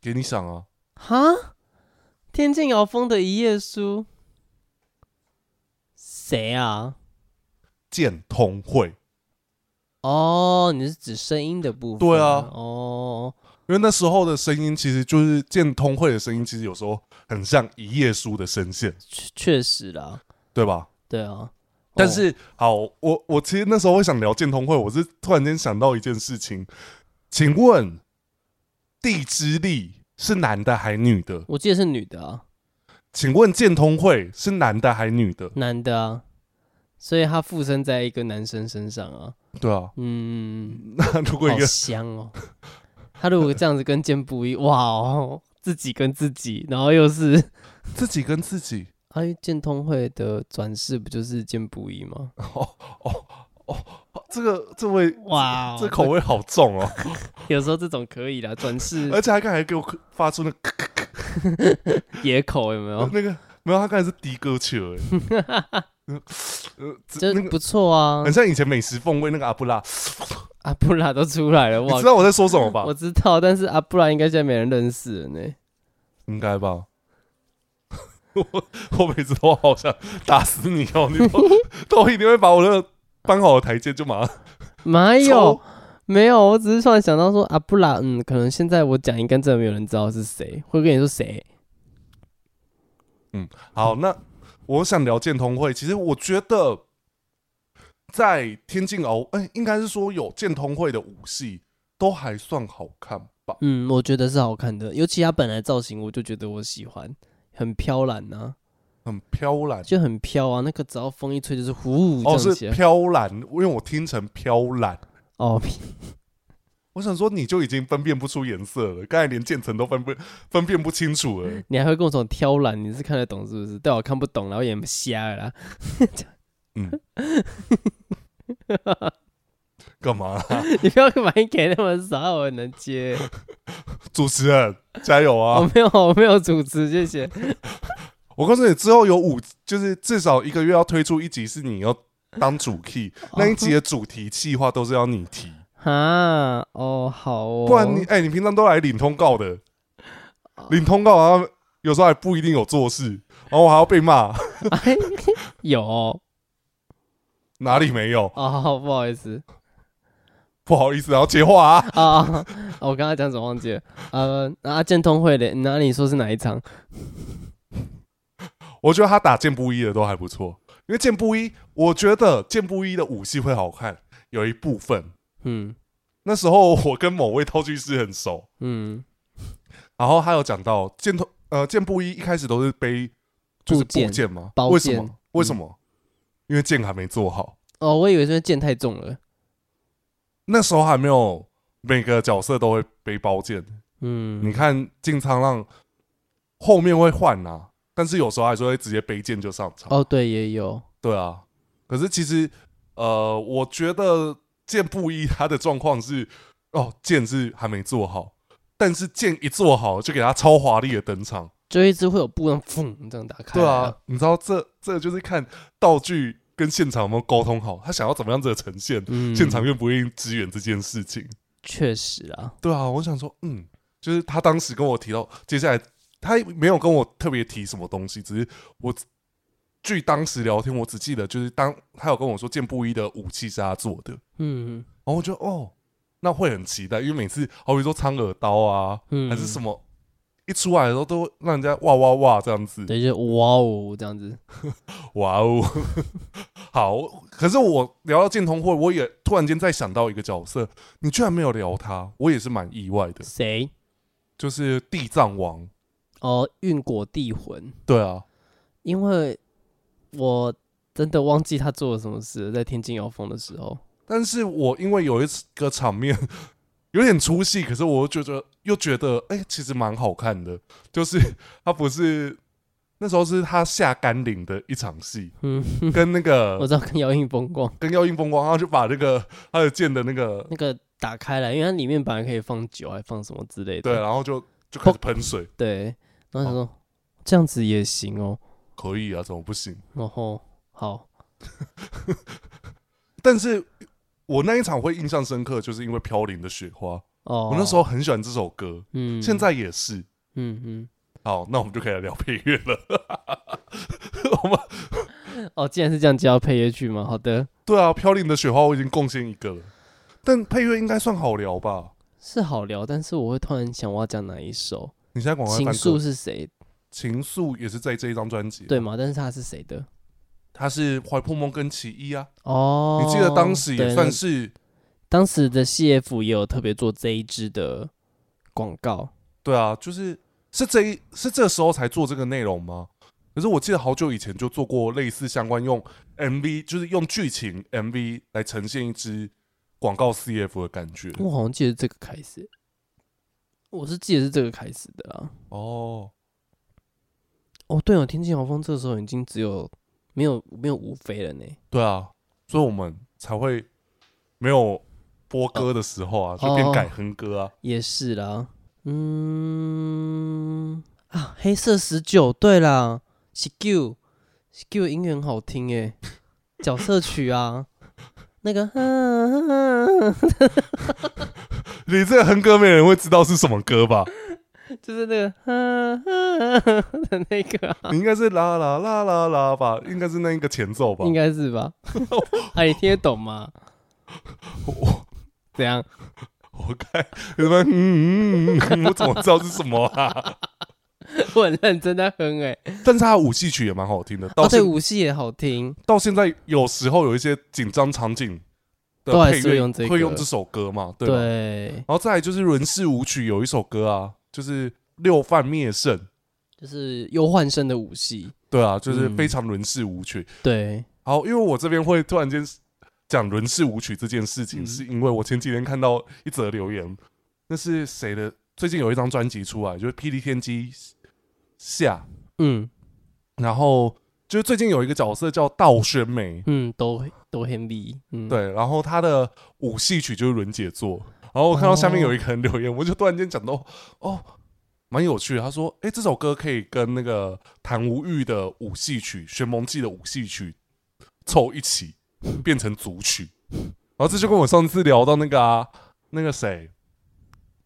Speaker 1: 给你想啊。
Speaker 2: 哈，天境鳌峰的一页书，谁啊？
Speaker 1: 剑通会，
Speaker 2: 哦，你是指声音的部分？
Speaker 1: 对啊
Speaker 2: 哦，
Speaker 1: 因为那时候的声音其实就是剑通会的声音，其实有时候很像一页书的声线，
Speaker 2: 确确实啦，
Speaker 1: 对吧？
Speaker 2: 对啊，
Speaker 1: 但
Speaker 2: 哦
Speaker 1: 是、好，我我其实那时候会想聊建通会，我是突然间想到一件事情，请问地之力是男的还女的？
Speaker 2: 我记得是女的啊，
Speaker 1: 请问建通会是男的还女的？
Speaker 2: 男的啊，所以他附身在一个男生身上啊，
Speaker 1: 对啊，
Speaker 2: 嗯，
Speaker 1: 那如果一
Speaker 2: 好
Speaker 1: 个
Speaker 2: 香哦。他如果这样子跟剑不一，哇哦，自己跟自己，然后又是。
Speaker 1: 自己跟自己，
Speaker 2: 啊，剑通会的转世不就是剑不一吗？
Speaker 1: 哦哦哦，这个这位
Speaker 2: 哇
Speaker 1: 这啊口味好重哦，
Speaker 2: 有时候这种可以啦，转世
Speaker 1: 而且他刚才给我发出那个
Speaker 2: 野口有没有？
Speaker 1: 那个没有，他刚才是的哥球，哎呃呃，这
Speaker 2: 这
Speaker 1: 那个
Speaker 2: 不错啊
Speaker 1: 很，像以前美食风味那个阿布拉，
Speaker 2: 阿布拉都出来了
Speaker 1: 你
Speaker 2: 哇
Speaker 1: 知！道我在说什么吧
Speaker 2: 我？知道，但是阿布拉应该现在没人认识了呢。
Speaker 1: 应该吧。我我每次都好想打死你哦！你都都一定会把我的搬好的台阶就马上
Speaker 2: 没有
Speaker 1: 抽，
Speaker 2: 没有，我只是突然想到说阿布拉，嗯，可能现在我讲应该真的没有人知道是谁，会跟你说谁？
Speaker 1: 好。那我想聊建通会，其实我觉得在天境鳌，哎、应该是说有建通会的武戏都还算好看吧。
Speaker 2: 嗯，我觉得是好看的，尤其他本来造型，我就觉得我喜欢，很飘然呐、
Speaker 1: 很飘然
Speaker 2: 就很飘啊，那个只要风一吹就是呼，
Speaker 1: 哦，
Speaker 2: 这样
Speaker 1: 是
Speaker 2: 起来
Speaker 1: 飘然，因为我听成飘然，
Speaker 2: 哦，
Speaker 1: 我想说，你就已经分辨不出颜色了，刚才连渐层都分不分辨不清楚了。
Speaker 2: 你还会跟我说挑染，你是看得懂是不是？但我看不懂，然后眼瞎了啦。
Speaker 1: 嗯，干嘛、啊
Speaker 2: 你不要把你给那么少，我很能接。
Speaker 1: 主持人加油啊！
Speaker 2: 我没有，我没有主持，谢谢。
Speaker 1: 我告诉你，之后有五，就是至少一个月要推出一集是你要当主 key，那
Speaker 2: 哦
Speaker 1: 一集的主题计划都是要你提，
Speaker 2: 哈，哦，好哦。
Speaker 1: 不然你哎、你平常都来领通告的，领通告然后有时候还不一定有做事，然后我还要被 骂，
Speaker 2: 哎有哦，
Speaker 1: 哪里没有？
Speaker 2: 哦不好意思，
Speaker 1: 不好意思，然后接话啊，
Speaker 2: 啊、啊我刚刚讲什么忘记了？呃，啊，建通会的，那你说是哪一场？
Speaker 1: 我觉得他打剑布衣的都还不错，因为剑布衣，我觉得剑布衣的武戏会好看，有一部分。
Speaker 2: 嗯
Speaker 1: 那时候我跟某位道具师很熟，
Speaker 2: 嗯，
Speaker 1: 然后他有讲到箭头，呃，箭步一一开始都是背就是部件嗯嘛，
Speaker 2: 包
Speaker 1: 为什
Speaker 2: 剑
Speaker 1: 么？为什么？因为剑还没做好，
Speaker 2: 哦，我以为是因为剑太重了。
Speaker 1: 那时候还没有每个角色都会背包剑。你
Speaker 2: 嗯，
Speaker 1: 看进仓浪后面会换啊，但是有时候还是会直接背剑就上场。
Speaker 2: 哦，对，也有。
Speaker 1: 对啊，可是其实呃，我觉得剑布衣他的状况是，哦，剑是还没做好，但是剑一做好就给他超华丽的登场。
Speaker 2: 就一直会有布让砰这样打开。
Speaker 1: 对啊，，你知道这这就是看道具跟现场有没有沟通好，他想要怎么样子的呈现，
Speaker 2: 嗯，
Speaker 1: 现场愿不愿意支援这件事情。
Speaker 2: 确实啊，
Speaker 1: 对啊，我想说，嗯，就是他当时跟我提到，接下来他没有跟我特别提什么东西，只是我据当时聊天，我只记得就是当他有跟我说剑布衣的武器是他做的，
Speaker 2: 嗯
Speaker 1: 然后我就哦，那会很期待，因为每次好比说苍耳刀啊，
Speaker 2: 嗯，
Speaker 1: 还是什么。一出来的时候都让人家哇哇哇这样子，
Speaker 2: 对，就是哇哦这样子。
Speaker 1: 哇哦， 好！可是我聊到建通会，我也突然间再想到一个角色，你居然没有聊他，我也是蛮意外的，
Speaker 2: 谁？
Speaker 1: 就是地藏王。
Speaker 2: 哦，运果地魂，
Speaker 1: 对啊，
Speaker 2: 因为我真的忘记他做了什么事了，在天津摇风的时候。
Speaker 1: 但是我因为有一次个场面 有点出戏，可是我又觉得又觉得，哎、其实蛮好看的。就是 他不是那时候是他下甘岭的一场戏，
Speaker 2: 嗯，
Speaker 1: 跟那
Speaker 2: 我
Speaker 1: 个
Speaker 2: 知道跟摇影风光
Speaker 1: 跟耀英风光，然后就把那个他的剑的那个
Speaker 2: 那个打开来，因为它里面本来可以放酒，还放什么之类
Speaker 1: 对，啊哦
Speaker 2: 的。
Speaker 1: 然后就就开始喷水，
Speaker 2: 对，然后想说这样子也行哦，
Speaker 1: 可以啊，怎么不行？
Speaker 2: 然后好，
Speaker 1: 但是我那一场会印象深刻，就是因为《飘零的雪花》
Speaker 2: 哦，
Speaker 1: 我那时候很喜欢这首歌，
Speaker 2: 嗯，
Speaker 1: 现在也是。
Speaker 2: 嗯
Speaker 1: 好，那我们就可以来聊配乐了。我们
Speaker 2: 嗯，哦，既然是这样教配乐剧嘛，好的，
Speaker 1: 对啊，《飘零的雪花》我已经贡献一个了，但配乐应该算好聊吧？
Speaker 2: 是好聊，但是我会突然想我要讲哪一首，
Speaker 1: 你现在广
Speaker 2: 《
Speaker 1: 告
Speaker 2: 情
Speaker 1: 翻
Speaker 2: 愫
Speaker 1: 歌，
Speaker 2: 是谁？
Speaker 1: 情愫也是在这一张专辑，
Speaker 2: 对吗？但是他是谁的？
Speaker 1: 它是怀破梦跟其一啊。
Speaker 2: 哦，
Speaker 1: 你记得当时也
Speaker 2: 对
Speaker 1: 算
Speaker 2: 那
Speaker 1: 是
Speaker 2: 当时的 CF 也有特别做这一支的广告，
Speaker 1: 对啊，就是是这一是这时候才做这个内容吗？可是我记得好久以前就做过类似相关用 MV，就是用剧情 MV 来呈现一支广告 CF 的感觉。
Speaker 2: 我好像记得这个开始，我是记得是这个开始的啊。
Speaker 1: 哦，
Speaker 2: 哦，对哦，天气豪风这个时候已经只有没有没有吴飞了呢。
Speaker 1: 对啊，所以我们才会没有播歌的时候啊，就变改哼歌啊。
Speaker 2: 也是啦，嗯啊，黑色十九，对啦 s k i l s k i l 音乐很好听诶，角色曲啊，那个，
Speaker 1: 你这个哼歌没人会知道是什么歌吧？
Speaker 2: 就是那个的那个、啊，
Speaker 1: 你应该是啦啦啦啦啦吧，应该是那一个前奏吧
Speaker 2: 应？该是 吧？啊，你听得懂吗？
Speaker 1: 我
Speaker 2: 怎样？
Speaker 1: 我该什么？嗯嗯嗯嗯，我怎么知道是什么啊？
Speaker 2: 我很认真在哼诶。
Speaker 1: 但是他的舞戏曲也蛮好听的，到
Speaker 2: 哦，
Speaker 1: 现、
Speaker 2: 对，舞戏也好听，
Speaker 1: 到现在有时候有一些紧张场景的
Speaker 2: 都还
Speaker 1: 配
Speaker 2: 是会
Speaker 1: 乐
Speaker 2: 用这
Speaker 1: 会
Speaker 2: 个
Speaker 1: 用这首歌嘛，对吧？
Speaker 2: 对，
Speaker 1: 然后再来就是《轮式舞曲》有一首歌啊，就是六犯灭圣，
Speaker 2: 就是忧患生的舞戏，
Speaker 1: 对啊，就是
Speaker 2: 嗯
Speaker 1: 非常轮式舞曲。
Speaker 2: 对，
Speaker 1: 好，因为我这边会突然间讲伦氏舞曲这件事情，
Speaker 2: 嗯
Speaker 1: 是因为我前几天看到一则留言，那是谁的？最近有一张专辑出来，就是《霹雳天机下
Speaker 2: 嗯》，
Speaker 1: 然后就是最近有一个角色叫道宣美，
Speaker 2: 嗯，都都 heavy，嗯，，
Speaker 1: 对，然后他的舞戏曲就是伦姐做，然后我看到下面有一个人留言，我就突然间讲到，哦，蛮有趣的。他说，哎，这首歌可以跟那个谭无欲的舞戏曲、玄蒙记的舞戏曲凑一起，变成组曲。然后这就跟我上次聊到那个啊，那个谁，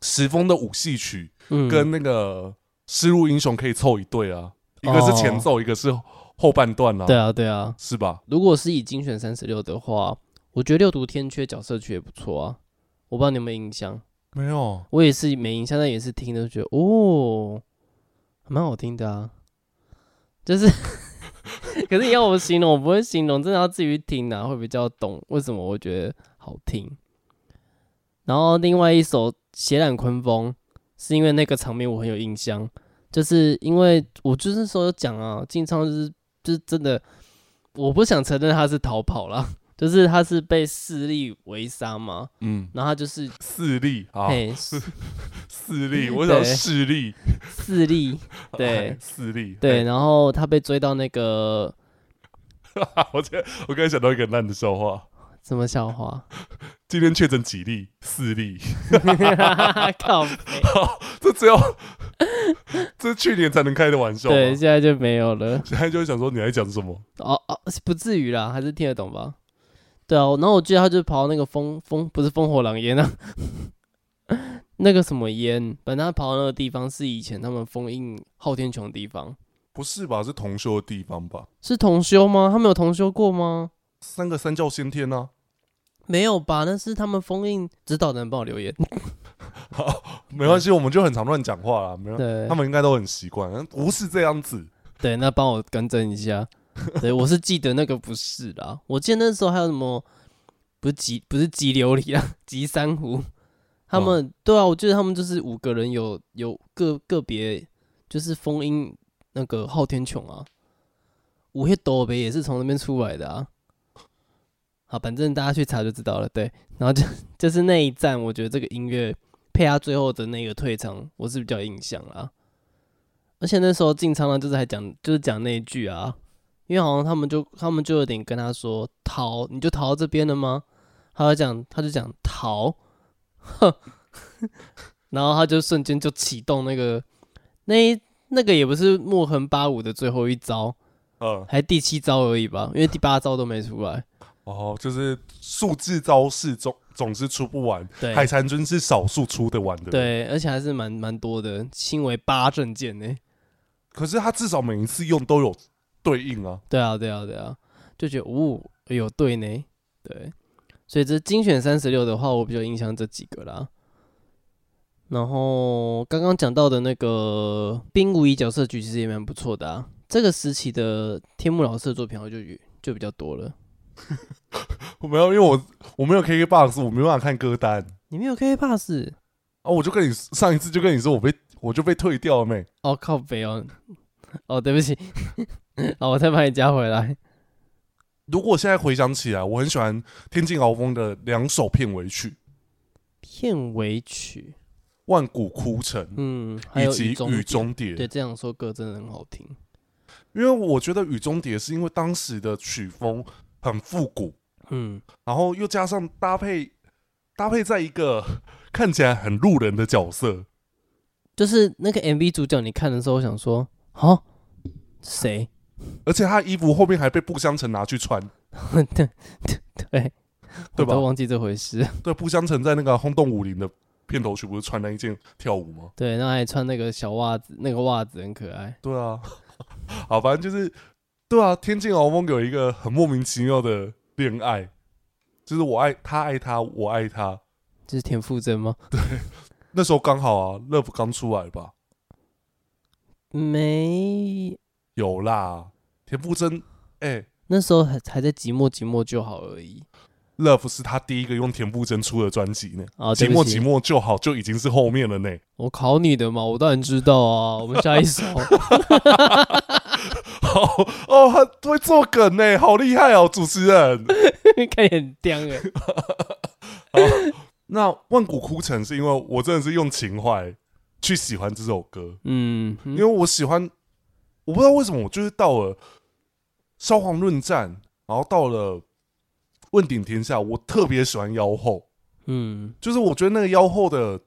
Speaker 1: 石峰的舞戏曲
Speaker 2: 嗯，
Speaker 1: 跟那个失路英雄可以凑一对啊，一个是前
Speaker 2: 哦
Speaker 1: 奏，一个是后半段啊，
Speaker 2: 对啊对啊，
Speaker 1: 是吧？
Speaker 2: 如果是以精选三十六的话，我觉得六毒天缺角色曲也不错啊。我不知道你有没有印象，
Speaker 1: 没有，
Speaker 2: 我也是没印象，但也是听的觉得哦，蛮好听的啊。就是， 可是你要我形容，我不会形容，真的要自己去听啊，会比较懂为什么我觉得好听。然后另外一首《血染昆风》，是因为那个场面我很有印象，就是因为我就是那时候有讲啊，进仓就是就是真的，我不想承认他是逃跑啦， 就是他是被势力围杀嘛，
Speaker 1: 嗯，
Speaker 2: 然后他就是
Speaker 1: 四力啊。
Speaker 2: 嘿
Speaker 1: 势 力，我想
Speaker 2: 对
Speaker 1: 势力，
Speaker 2: 势力 对
Speaker 1: 哎势力，
Speaker 2: 对，
Speaker 1: 哎。
Speaker 2: 然后他被追到那个
Speaker 1: 哎 我这我刚才想到一个很烂的笑话，
Speaker 2: 什么笑话，
Speaker 1: 今天确诊几例？四例，
Speaker 2: 靠北，
Speaker 1: 这只有 这是去年才能开的玩笑吗。
Speaker 2: 对，现在就没有了。
Speaker 1: 现在就会想说你在讲什么？
Speaker 2: 哦哦，不至于啦，还是听得懂吧？对啊，然后我记得他就跑到那个烽烽不是烽火狼烟啊， 那个什么烟，反正他跑到那个地方是以前他们封印昊天穹的地方，
Speaker 1: 不是吧？是同修的地方吧？
Speaker 2: 是同修吗？他们有同修过吗？
Speaker 1: 三个三教先天啊呢、
Speaker 2: 没有吧？那是他们封印指导人帮我留言，
Speaker 1: 啊？没关系，我们就很常乱讲话啦。没有，
Speaker 2: 对
Speaker 1: 他们应该都很习惯，不是这样子。
Speaker 2: 对，那帮我更正一下，对我是记得那个不是啦，我记得那时候还有什么不是急不是急琉璃啊，急珊瑚，他们、对啊，我记得他们就是五个人有有个个别就是封印那个昊天穹啊，五黑斗北也是从那边出来的啊。好，反正大家去查就知道了。对，然后就就是那一站，我觉得这个音乐配他最后的那个退场，我是比较有印象啦。而且那时候进仓呢，就是还讲，就是讲那一句啊，因为好像他们就他们就有点跟他说逃，你就逃到这边了吗？他就讲，他就讲逃，哼， 然后他就瞬间就启动那个那一那个也不是墨痕八五的最后一招，
Speaker 1: 嗯，
Speaker 2: 还第七招而已吧，因为第八招都没出来。
Speaker 1: 哦，就是数字招式总总是出不完，
Speaker 2: 对
Speaker 1: 海蟾尊是少数出得完的。，
Speaker 2: 对，而且还是蛮蛮多的，轻为八证件呢、
Speaker 1: 可是他至少每一次用都有对应啊。
Speaker 2: 对啊，对啊，对啊，就觉得哦，哎呦，对呢，对，所以这精选三十六的话，我比较印象这几个啦。然后刚刚讲到的那个冰无疑角色局，其实也蛮不错的啊。这个时期的天幕老师的作品，我就就比较多了。
Speaker 1: 我没有，因为我我没有 KKBOX，我没办法看歌单
Speaker 2: 你们有 K Pass？
Speaker 1: 啊。我就跟你上一次就跟你说，我被我就被退掉了没？
Speaker 2: 哦靠北哦，哦对不起， 哦我再把你加回来。
Speaker 1: 如果现在回想起来，我很喜欢天境鳌峰的两首片尾曲《
Speaker 2: 片尾曲，
Speaker 1: 万古枯城
Speaker 2: 嗯，》还
Speaker 1: 以
Speaker 2: 有
Speaker 1: 及《雨
Speaker 2: 雨中
Speaker 1: 中蝶
Speaker 2: 蝶，》对，这样说歌真的很好听。
Speaker 1: 因为我觉得《雨中蝶》是因为当时的曲风很复古，
Speaker 2: 嗯，
Speaker 1: 然后又加上搭配搭配在一个看起来很路人的角色，
Speaker 2: 就是那个 MV 主角，你看的时候我想说，哦，谁？
Speaker 1: 而且他的衣服后面还被步香城拿去穿，
Speaker 2: 对对
Speaker 1: 对吧
Speaker 2: 我都忘记这回事。
Speaker 1: 对，步香城在那个轰动武林的片头曲不是穿那一件跳舞吗？
Speaker 2: 对，然后还穿那个小袜子，那个袜子很可爱。
Speaker 1: 对啊， 好，反正就是对啊，天境鳌峰有一个很莫名其妙的恋爱，就是我爱他爱他，我爱他。
Speaker 2: 这是田馥甄吗？
Speaker 1: 那时候刚好啊，Love 刚出来吧？
Speaker 2: 没，
Speaker 1: 有啦，田馥甄，哎、
Speaker 2: 那时候还还在寂寞寂寞就好而已。
Speaker 1: l o v e 是他第一个用田馥甄出的专辑呢，
Speaker 2: 啊，对
Speaker 1: 寂
Speaker 2: 不
Speaker 1: 寞
Speaker 2: 起
Speaker 1: 寂寞就好》就已经是后面了呢。
Speaker 2: 我考你的嘛，我当然知道啊。我们下一首，
Speaker 1: 好哦，他会做梗呢，好厉害哦，主持人。
Speaker 2: 看起来很刁哎、
Speaker 1: 那万古枯城是因为我真的是用情怀去喜欢这首歌，
Speaker 2: 嗯，
Speaker 1: 因为我喜欢，我不知道为什么，我就是到了烧皇论战，然后到了问鼎天下，我特别喜欢妖后，
Speaker 2: 嗯
Speaker 1: 就是我觉得那个妖后的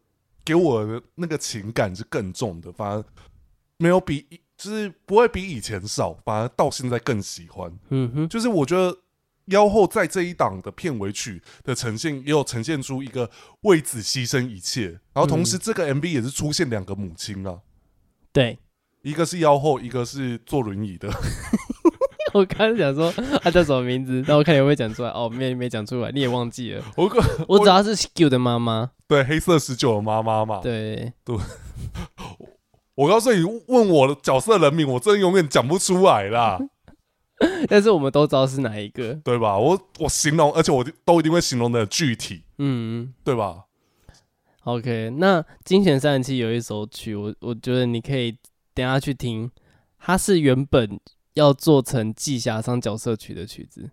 Speaker 1: 给我的那个情感是更重的，反而没有比就是不会比以前少，反而到现在更喜欢。
Speaker 2: 嗯哼，
Speaker 1: 就是我觉得妖后在这一档的片尾曲的呈现，也有呈现出一个为子牺牲一切，然后同时这个 MV 也是出现两个母亲啊，
Speaker 2: 对
Speaker 1: 一个是妖后，一个是坐轮椅的。
Speaker 2: 我刚刚想说他叫什么名字，但我看你会不会讲出来，哦，没没讲出来，你也忘记 了，
Speaker 1: 我个
Speaker 2: 我只要是 Q 的妈妈，
Speaker 1: 对黑色十九的妈妈嘛，
Speaker 2: 对，
Speaker 1: 我告诉你，问我的角色人名，我真的永远讲不出来啦，
Speaker 2: 但是我们都知道是哪一个，
Speaker 1: 对吧？我我形容，而且我都一定会形容的具体，
Speaker 2: 嗯。
Speaker 1: 对吧？
Speaker 2: OK，那《金钱三十七》有一首曲，我我觉得你可以等一下去听，它是原本要做成季霞商角色曲的曲子，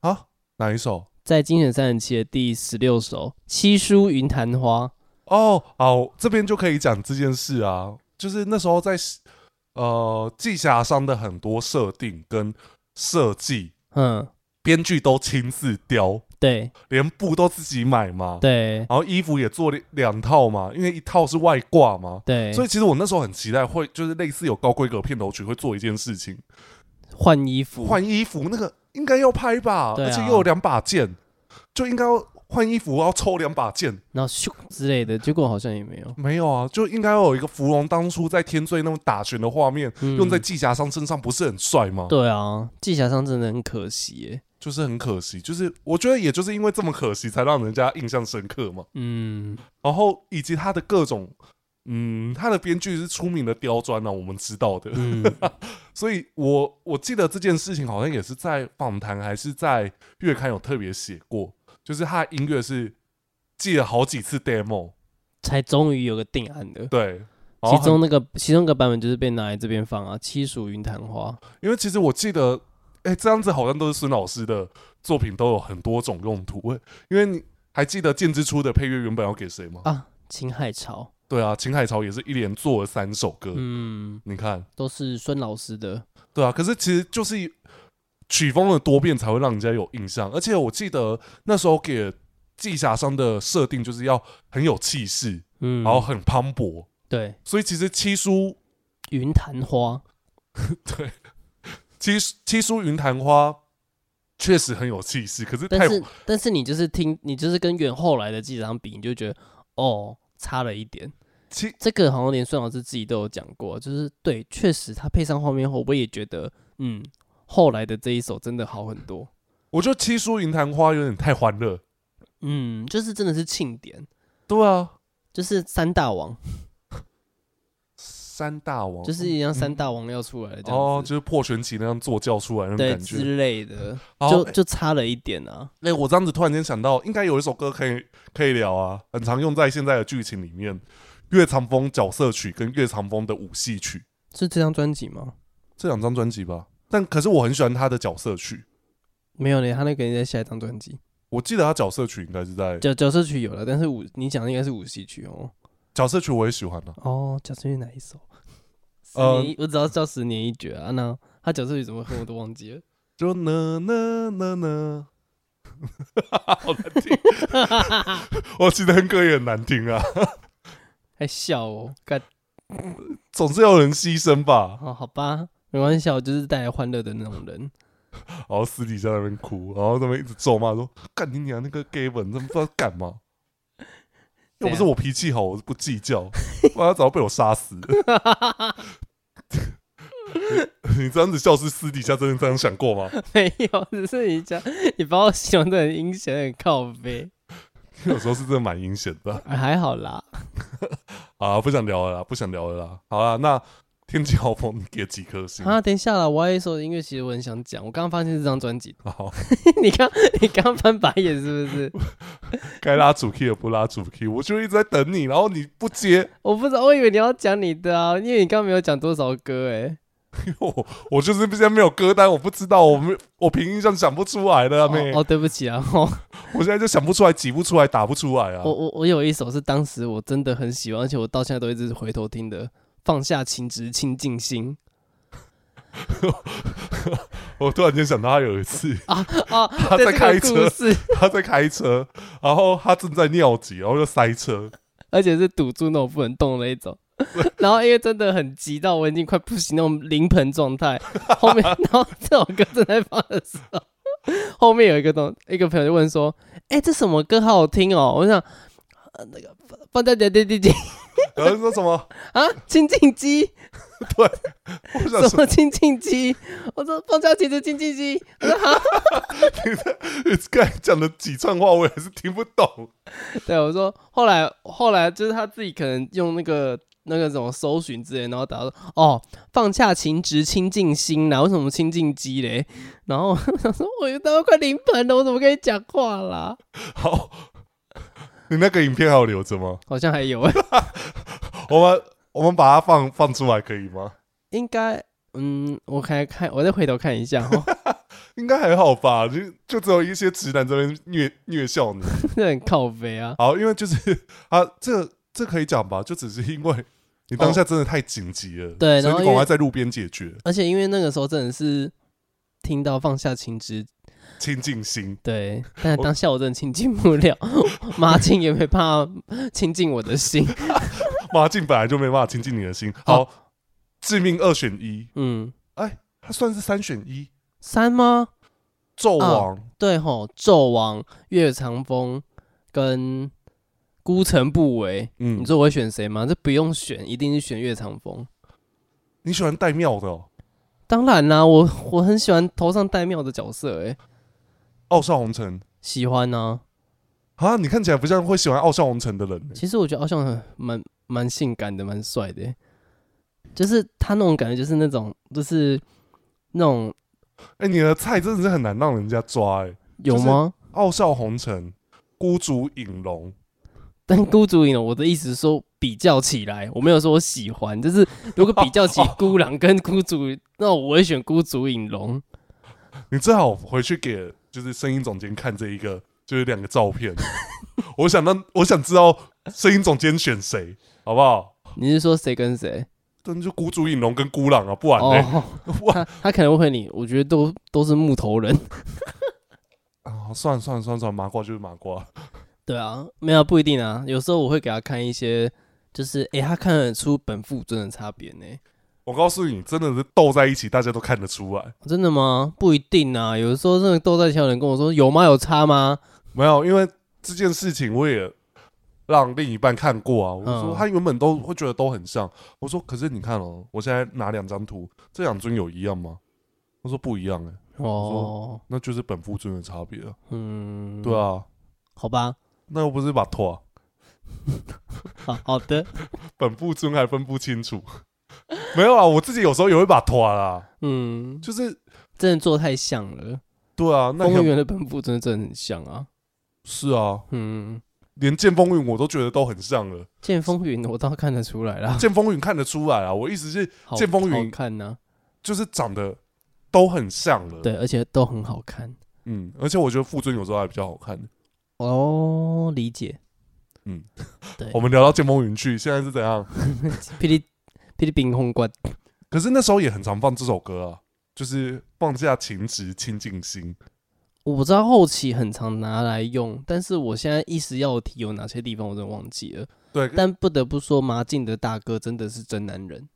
Speaker 1: 啊，哪一首？
Speaker 2: 在《金钱三十七》的第十六首《七书云昙花》。
Speaker 1: 哦，好，这边就可以讲这件事啊，就是那时候在呃季霞商的很多设定跟设计，
Speaker 2: 嗯，
Speaker 1: 编剧都亲自雕，
Speaker 2: 对
Speaker 1: 连布都自己买嘛，
Speaker 2: 对
Speaker 1: 然后衣服也做了两套嘛，因为一套是外挂嘛，
Speaker 2: 对，
Speaker 1: 所以其实我那时候很期待会就是类似有高规格片头曲会做一件事情，
Speaker 2: 换衣服，
Speaker 1: 换衣服那个应该要拍吧，
Speaker 2: 嗯对啊
Speaker 1: 而且又有两把剑，就应该要换衣服要抽两把剑，
Speaker 2: 然后咻之类的，结果好像也没有。
Speaker 1: 没有啊，就应该有一个芙蓉当初在天罪那种打拳的画面，
Speaker 2: 嗯
Speaker 1: 用在季霞商身上不是很帅吗？
Speaker 2: 对啊，季霞商真的很可惜耶。
Speaker 1: 就是很可惜，就是我觉得也就是因为这么可惜，才让人家印象深刻嘛。
Speaker 2: 嗯，
Speaker 1: 然后以及他的各种，嗯，他的编剧是出名的刁钻啊，我们知道的。
Speaker 2: 嗯
Speaker 1: 所以我我记得这件事情好像也是在访谈还是在月刊有特别写过，就是他的音乐是记了好几次 demo，
Speaker 2: 才终于有个定案的。
Speaker 1: 对，然后
Speaker 2: 其
Speaker 1: 很
Speaker 2: 中那个其中一个版本就是被拿来这边放啊，《七属云昙花》。
Speaker 1: 因为其实我记得，哎、这样子好像都是孙老师的作品都有很多种用途。喂因为你还记得《剑之初》的配乐原本要给谁吗？
Speaker 2: 啊，秦海潮，
Speaker 1: 对啊，秦海潮也是一连做了三首歌。
Speaker 2: 嗯，
Speaker 1: 你看，
Speaker 2: 都是孙老师的，
Speaker 1: 对啊，可是其实就是曲风的多变才会让人家有印象。而且我记得那时候给季霞商的设定就是要很有气势，
Speaker 2: 嗯，
Speaker 1: 然后很磅礴。
Speaker 2: 对，
Speaker 1: 所以其实七叔
Speaker 2: 云昙花，
Speaker 1: 七七叔云昙花确实很有气势，可是太
Speaker 2: 但是但是你就是听，你就是跟原后来的记者上比，你就觉得哦，差了一点。
Speaker 1: 七
Speaker 2: 这个好像连孙老师自己都有讲过，就是对，确实他配上画面后，我也觉得，嗯，后来的这一首真的好很多，
Speaker 1: 我觉得《七叔银昙花》有点太欢乐。
Speaker 2: 嗯，就是真的是庆典，
Speaker 1: 对啊，
Speaker 2: 就是三大王，
Speaker 1: 哦三大王
Speaker 2: 就是一样三大王要出来了这
Speaker 1: 嗯哦
Speaker 2: 样，子，
Speaker 1: 就是破全集那样坐轿出来那种
Speaker 2: 对
Speaker 1: 感觉。
Speaker 2: 之类的，
Speaker 1: 好，
Speaker 2: 就
Speaker 1: 哎、
Speaker 2: 就差了一点啊，
Speaker 1: 哎我这样子突然间想到，应该有一首歌可以可以聊啊，很常用在现在的剧情里面，《月长风角色曲》跟《月长风的舞戏曲》
Speaker 2: 是这张专辑吗？
Speaker 1: 这两张专辑吧。但可是我很喜欢他的角色曲，
Speaker 2: 没有嘞，他那个人在下一张专辑。
Speaker 1: 我记得他角色曲应该是在
Speaker 2: 角角色曲有了，但是五你讲的应该是五戏曲哦。
Speaker 1: 角色曲我也喜欢的、啊
Speaker 2: 哦，角色曲哪一首？十
Speaker 1: 呃
Speaker 2: 年一，我只要叫十年一绝啊。那他角色曲怎么哼我都忘记了。
Speaker 1: 就呢呢呢呢， 好难 听，我记得歌也很难听啊，
Speaker 2: 还笑哦，干
Speaker 1: 总是要有人牺牲吧。
Speaker 2: 哦，好吧，没关系啊，我就是带来欢乐的那种人。
Speaker 1: 然后私底下在那边哭，然后在那边一直咒骂说：“干你娘那个 gay 本，真不知道干嘛。”
Speaker 2: 怎
Speaker 1: 要
Speaker 2: 样
Speaker 1: 不是我脾气好，我是不计较，不然他早被我杀死 了。你你这样子笑是私底下真的这样想过吗？
Speaker 2: 没有，只是你讲，你把我形容的很阴险，很靠 背，
Speaker 1: 有时候是真的蛮阴险的。
Speaker 2: 啊还好啦。
Speaker 1: 啊，不想聊了啦，不想聊了啦。好啦，那天气好风，你给几颗星？
Speaker 2: 啊，等一下啦，我还有一首音乐，其实我很想讲，我刚刚发现这张专辑，
Speaker 1: 好，
Speaker 2: 你刚你刚翻白眼是不是？
Speaker 1: 该拉主 key 也不拉主 key，我就一直在等你，然后你不接。
Speaker 2: 我不知道，我以为你要讲你的啊，因为你刚刚没有讲多少歌哎、
Speaker 1: 我我就是现在没有歌单，我不知道，我没我凭印象想不出来的、啊、妹，
Speaker 2: 哦，对不起啊， 哦
Speaker 1: 我现在就想不出来，挤不出来，打不出来啊
Speaker 2: 我。我我有一首是当时我真的很喜欢，而且我到现在都一直回头听的，《放下情执，清净心
Speaker 1: 我突然间想到，他有一次》
Speaker 2: 啊，
Speaker 1: 他在
Speaker 2: 这
Speaker 1: 开
Speaker 2: 个
Speaker 1: 车
Speaker 2: 故事，
Speaker 1: 他在开车，然后他正在尿急，然后就塞 车，
Speaker 2: 而且是堵住那种不能动的那种。然后因为真的很急到我已经快不行那种临盆状态，后面然后这首歌正在放的时候，后面有一个东一个朋友就问说：“哎、这什么歌好好听哦？”我想、呃那个放在点点点点
Speaker 1: 然后就说什么？
Speaker 2: 啊，清净机
Speaker 1: 我想
Speaker 2: 什
Speaker 1: 说，
Speaker 2: 么清净机？我说放假其实清净机，
Speaker 1: 你刚才讲的几串话，我也是听不懂。
Speaker 2: 对我说后来后来就是他自己可能用那个。那个什么搜寻之类，然后打说哦，放下情执，清净心啦。为什么清净机嘞？然后我 想说，我都要快临盆了，我怎么跟你讲话啦？
Speaker 1: 好，你那个影片还有留着吗？
Speaker 2: 好像还有欸，
Speaker 1: 我们我们把它放放出来可以吗？
Speaker 2: 应该嗯，我还看，我再回头看一下哦，
Speaker 1: 应该还好吧，就就只有一些直男这边虐虐笑你。
Speaker 2: 这很靠背啊。
Speaker 1: 好，因为就是啊，这这可以讲吧，就只是因为你当下真的太紧急了，
Speaker 2: 哦对
Speaker 1: 所以
Speaker 2: 然后
Speaker 1: 你
Speaker 2: 因
Speaker 1: 赶快
Speaker 2: 为
Speaker 1: 在路边解决，
Speaker 2: 而且因为那个时候真的是听到放下情执
Speaker 1: 清静心。
Speaker 2: 对，但是
Speaker 1: 我
Speaker 2: 当下我真的亲近不了， 马庆也没办法亲近我的心。
Speaker 1: 马进本来就没办法亲近你的心，好，
Speaker 2: 哦
Speaker 1: 致命二选一，
Speaker 2: 嗯，
Speaker 1: 它算是三选一。
Speaker 2: 三吗？嗯
Speaker 1: 纣王、
Speaker 2: 对吼，纣王、岳长风跟孤城不为，
Speaker 1: 嗯
Speaker 2: 你，说我会选谁吗？这不用选，一定是选岳长风。
Speaker 1: 你喜欢戴庙的哦，
Speaker 2: 当然啦、我我很喜欢头上戴帽的角色、欸，
Speaker 1: 傲笑红尘
Speaker 2: 喜欢呢、
Speaker 1: 啊，你看起来不像会喜欢傲笑红尘的人呢、
Speaker 2: 其实我觉得奥像很蛮蛮性感的，蛮帅的欸、就是他那种感觉，就是那种就是那种
Speaker 1: 哎、你的菜真的是很难让人家抓哎、
Speaker 2: 有
Speaker 1: 就是
Speaker 2: 吗？
Speaker 1: 傲笑红尘、孤竹影龙，
Speaker 2: 但孤竹影龙，我的意思是说比较起来，我没有说我喜欢，就是如果比 较起孤狼跟孤竹，那我会选孤竹影龙。
Speaker 1: 你最好回去给就是声音总监看这一个，就是两个照片。 我想让我想知道声音总监选谁，好不好？
Speaker 2: 你是说谁跟谁？
Speaker 1: 真就孤竹影龙跟孤狼啊，不然呢、
Speaker 2: 哦，
Speaker 1: 哇
Speaker 2: 他他可能会回你，我觉得都都是木头人。
Speaker 1: 啊，算了算了算了算了，麻瓜就是麻瓜。
Speaker 2: 对啊，没有不一定啊，有时候我会给他看一些，就是诶、他看得出本父尊的差别呢。
Speaker 1: 我告诉你，真的是斗在一起，大家都看得出来。
Speaker 2: 哦真的吗？不一定啊，有的时候真的斗在一起，有人跟我说有吗？有差吗？
Speaker 1: 没有，因为这件事情我也让另一半看过啊。我说
Speaker 2: 嗯
Speaker 1: 他原本都会觉得都很像，我说可是你看哦，我现在拿两张图，这两尊有一样吗？他说不一样哎、
Speaker 2: 哦，
Speaker 1: 那就是本夫尊的差别啊。
Speaker 2: 嗯，
Speaker 1: 对，啊，
Speaker 2: 好吧，
Speaker 1: 那又不是把头啊，
Speaker 2: 好好的，
Speaker 1: 本夫尊还分不清楚。 没有啊，我自己有时候也会把头啊啦，
Speaker 2: 嗯，
Speaker 1: 就是
Speaker 2: 真的做太像了。
Speaker 1: 对啊，那
Speaker 2: 公
Speaker 1: 个
Speaker 2: 园的本部真的真的很像啊。
Speaker 1: 是啊，
Speaker 2: 嗯，
Speaker 1: 连剑风云我都觉得都很像 了。
Speaker 2: 剑风云我倒看得出 来啦，
Speaker 1: 剑风云看得出来啊，我意思是
Speaker 2: 好
Speaker 1: 剑风云
Speaker 2: 好看呢、
Speaker 1: 就是长得都很像了。
Speaker 2: 对，而且都很好看。
Speaker 1: 嗯，而且我觉得傅尊有时候还比较好看。
Speaker 2: 哦，理解。
Speaker 1: 嗯，
Speaker 2: 对，
Speaker 1: 我们聊到剑风云去，现在是怎样？
Speaker 2: 霹雳霹雳冰红关，
Speaker 1: 可是那时候也很常放这首歌啊，就是放下情执，清净心。
Speaker 2: 我知道后期很常拿来用，但是我现在一时要提有哪些地方，我真的忘记了。
Speaker 1: 对，
Speaker 2: 但不得不说，马竞的大哥真的是真男人。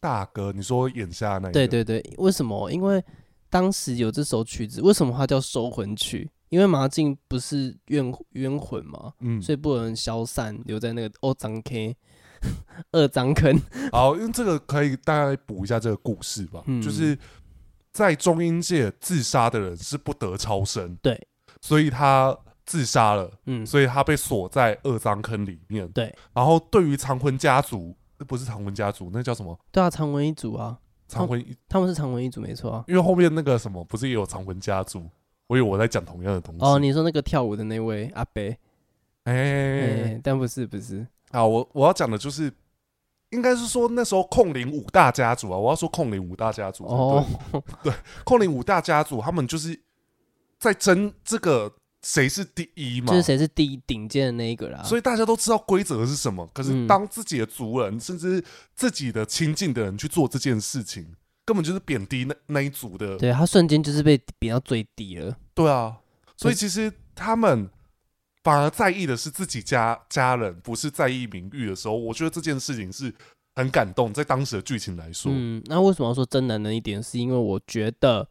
Speaker 1: 大哥，你说眼下那一个
Speaker 2: 对，对对，为什么？因为当时有这首曲子，为什么它叫收魂曲？因为马竞不是冤冤魂吗？
Speaker 1: 嗯，
Speaker 2: 所以不能消散，留在那个二张 K 二张坑。
Speaker 1: 好，因为这个可以大概补一下这个故事吧，
Speaker 2: 嗯
Speaker 1: 就是在中英界自杀的人是不得超生，
Speaker 2: 对，
Speaker 1: 所以他自杀了，
Speaker 2: 嗯，
Speaker 1: 所以他被锁在二脏坑里面。
Speaker 2: 对，
Speaker 1: 然后对于长魂家族，呃不是长魂家族，那叫什么？
Speaker 2: 对啊，长文一组啊，
Speaker 1: 长魂一
Speaker 2: 他们是长文一组没错啊。
Speaker 1: 因为后面那个什么，不是也有长魂家族？我以为我在讲同样的东西。
Speaker 2: 哦，你说那个跳舞的那位阿北，
Speaker 1: 哎、
Speaker 2: 哎、但不是不是，
Speaker 1: 啊，我我要讲的就是，应该是说那时候控领五大家族啊，我要说控领五大家族
Speaker 2: 哦
Speaker 1: 哦，，控领五大家族他们就是在争这个谁是第一嘛，
Speaker 2: 就是谁是第一顶尖的那一个啦。
Speaker 1: 所以大家都知道规则是什么，可
Speaker 2: 嗯
Speaker 1: 是当自己的族人、甚至自己的亲近的人去做这件事情，根本就是贬低那那一族的。
Speaker 2: 对他瞬间就是被贬到最低了。
Speaker 1: 对啊，所以其实他们反而在意的是自己家家人，不是在意名誉的时候，我觉得这件事情是很感动，在当时的剧情来说，
Speaker 2: 嗯，那为什么要说真男人一点？是因为我觉得，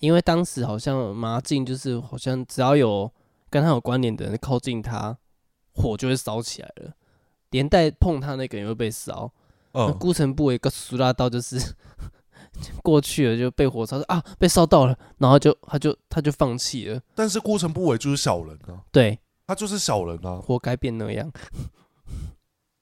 Speaker 2: 因为当时好像麻静就是好像只要有跟他有关联的人靠近他，火就会烧起来了，连带碰他那个人也会被烧。那
Speaker 1: 嗯，
Speaker 2: 孤城部有一个苏拉刀，就是 过去了就被火烧啊，被烧到了，然后就他就他就放弃了，
Speaker 1: 但是孤城不为就是小人啊，
Speaker 2: 对，
Speaker 1: 他就是小人啊，
Speaker 2: 活该变那样。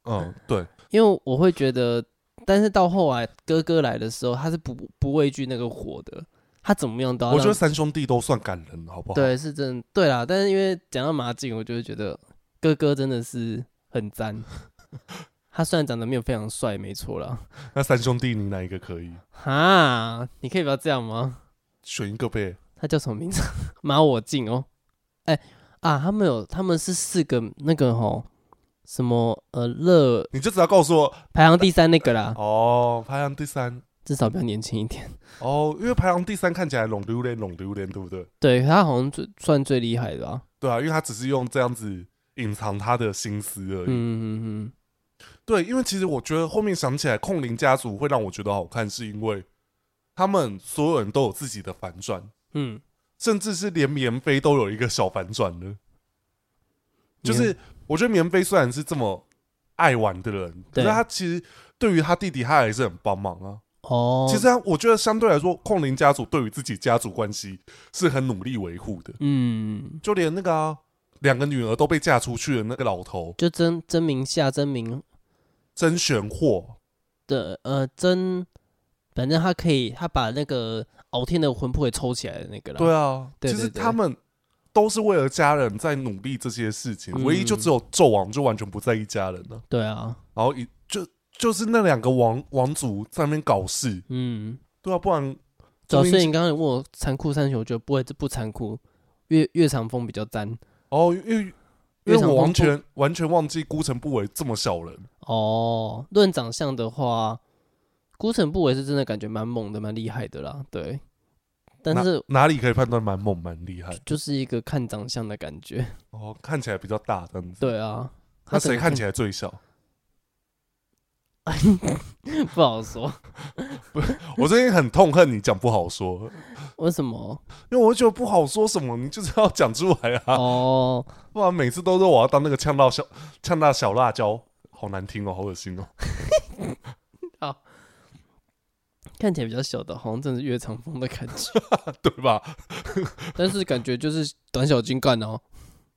Speaker 1: 嗯，对，
Speaker 2: 因为我会觉得，但是到后来哥哥来的时候，他是不不畏惧那个火的，他怎么样都要
Speaker 1: 我觉
Speaker 2: 让
Speaker 1: 得三兄弟都算感人，好不好？，
Speaker 2: 对，是真的对啦。但是因为讲到马景，我就会觉得哥哥真的是 很赞。他虽然长得没有非常帅，没错啦。
Speaker 1: 那三兄弟你哪一个可以
Speaker 2: 哈，你可以不要这样吗？
Speaker 1: 选一个呗？
Speaker 2: 他叫什么名字？ 马我静哦。哎、啊，他们有，他们是四个那个吼，什么呃乐
Speaker 1: 你就只要告诉我
Speaker 2: 排行第三那个啦，
Speaker 1: 哦，排行第三
Speaker 2: 至少比较年轻一点。
Speaker 1: 哦，因为排行第三看起来拢榴莲拢榴莲，对不对？
Speaker 2: 对他好像最算最厉害的吧？
Speaker 1: 对啊，因为他只是用这样子隐藏他的心思而已。
Speaker 2: 嗯嗯
Speaker 1: 对，因为其实我觉得后面想起来，控灵家族会让我觉得好看，是因为他们所有人都有自己的反转，
Speaker 2: 嗯嗯，
Speaker 1: 甚至是连棉飞都有一个小反转的。就是我觉得棉飞虽然是这么爱玩的人，可
Speaker 2: 对
Speaker 1: 是他其实对于他弟弟，他还是很帮忙啊。
Speaker 2: 哦，
Speaker 1: 其实他我觉得相对来说，控灵家族对于自己家族关系是很努力维护的，
Speaker 2: 嗯，
Speaker 1: 就连那个啊两个女儿都被嫁出去的那个老头
Speaker 2: 就真真名下真名
Speaker 1: 甄选祸，
Speaker 2: 的呃真，反正他可以，他把那个敖天的魂魄给抽起来的那个啦。
Speaker 1: 对啊，
Speaker 2: 对
Speaker 1: 其实
Speaker 2: 对对
Speaker 1: 他们都是为了家人在努力这些事情，
Speaker 2: 嗯
Speaker 1: 唯一就只有纣王就完全不在意家人了、
Speaker 2: 对啊，
Speaker 1: 然后一就就是那两个王王族在那边搞事，
Speaker 2: 嗯，
Speaker 1: 对啊，不然
Speaker 2: 主要
Speaker 1: 这
Speaker 2: 所
Speaker 1: 边
Speaker 2: 以你刚刚有问我残酷三雄，我觉得不会不残酷，岳岳长风比较赞
Speaker 1: 哦，因为因
Speaker 2: 岳
Speaker 1: 为
Speaker 2: 长
Speaker 1: 我
Speaker 2: 风
Speaker 1: 完全完全忘记孤城不为这么小人，
Speaker 2: 哦。论长相的话，孤城不韦是真的感觉蛮猛的，蛮厉害的啦。对，但是
Speaker 1: 哪里可以判断蛮猛蛮厉害
Speaker 2: 就是一个看长相的感觉。
Speaker 1: 哦，看起来比较大这样子。
Speaker 2: 对啊，
Speaker 1: 那谁看起
Speaker 2: 来
Speaker 1: 来最小？
Speaker 2: 不好说？
Speaker 1: 我最近很痛恨你讲不好说，
Speaker 2: 为什么？
Speaker 1: 因为我觉得不好说什么，你就是要讲出来啊。
Speaker 2: 哦，
Speaker 1: 不然每次都说我要当那个呛到小呛到小辣椒，好难听哦，好恶心哦。
Speaker 2: 看起来比较小的，好像真的是岳长风的感觉。
Speaker 1: 对吧？
Speaker 2: 但是感觉就是短小精干哦。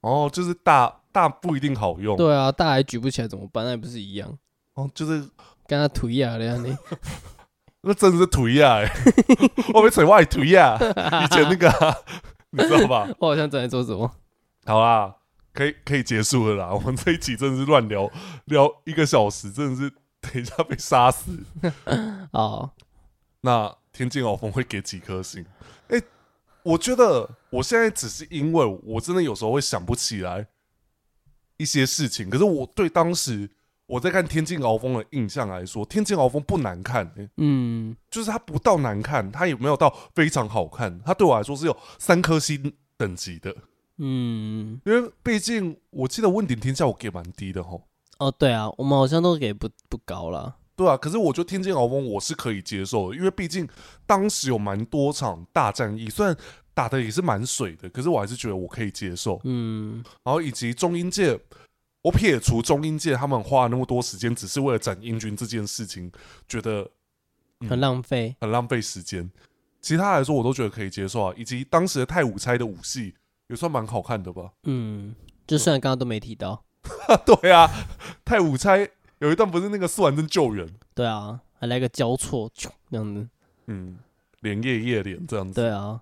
Speaker 1: 哦，就是大大不一定好用，
Speaker 2: 对啊，大还举不起来怎么办？那也不是一样？
Speaker 1: 哦，就是
Speaker 2: 跟他腿呀的呀啊你，
Speaker 1: 那真的是涂鸦哎， 我被扯外涂鸦，以前那个啊、 你知道吧？
Speaker 2: 我好像正在做什么？
Speaker 1: 好啦，可以可以结束了啦， 我们这一集真的是乱聊聊一个小时，真的是等一下被杀死。
Speaker 2: 哦，
Speaker 1: 那天津鳌峰会给几颗星？哎、我觉得我现在只是因为我真的有时候会想不起来一些事情，可是我对当时我在看天津鳌峰的印象来说，天津鳌峰不难看、欸诶
Speaker 2: 嗯，
Speaker 1: 就是它不到难看，它也没有到非常好看，它对我来说是有三颗星等级的，
Speaker 2: 嗯，
Speaker 1: 因为毕竟我记得问鼎天下我给蛮低的吼。
Speaker 2: 哦，对啊，我们好像都给不不高了。
Speaker 1: 对啊，可是我觉得天剑鳌峰我是可以接受的，因为毕竟当时有蛮多场大战役，虽然打的也是蛮水的，可是我还是觉得我可以接受。
Speaker 2: 嗯，
Speaker 1: 然后以及中英界，我撇除中英界他们花了那么多时间，只是为了斩英军这件事情，觉得嗯
Speaker 2: 很浪费。
Speaker 1: 很浪费时间。其他来说，我都觉得可以接受啊。以及当时的太武差的武戏也算蛮好看的吧？
Speaker 2: 嗯，就虽然刚刚都没提到，
Speaker 1: 对啊，太武差有一段不是那个苏完真救援，
Speaker 2: 对啊，还来个交错，啾那样子。
Speaker 1: 嗯，连夜夜连这样子
Speaker 2: 对啊，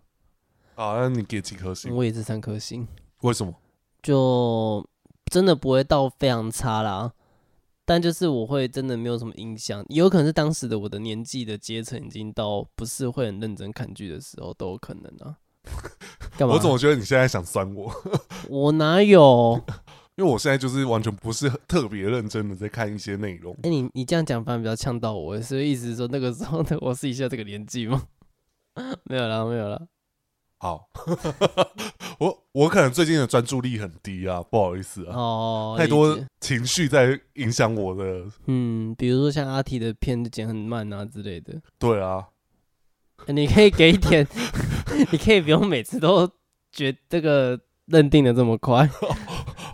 Speaker 1: 啊？那你给几颗星？
Speaker 2: 我也是三颗星，
Speaker 1: 为什么？
Speaker 2: 就真的不会到非常差啦。但就是我会真的没有什么印象，也有可能是当时的我的年纪的阶层已经到不是会很认真看剧的时候都有可能 啊。干嘛？
Speaker 1: 我总觉得你现在想酸我，
Speaker 2: 我哪有？
Speaker 1: 因为我现在就是完全不是很特别认真的在看一些内容。
Speaker 2: 哎、你你这样讲反而比较呛到我，所以意思是说那个时候的我是一下这个年纪吗？ 没有啦，没有啦。
Speaker 1: 好， 我我可能最近的专注力很低啊，不好意思啊，
Speaker 2: 哦，
Speaker 1: 太多
Speaker 2: 理解
Speaker 1: 情绪在影响我的。
Speaker 2: 嗯，比如说像阿 T 的片就剪很慢啊之类的，
Speaker 1: 对啊，
Speaker 2: 欸你可以给一点， 你可以不用每次都觉这个认定的这么快，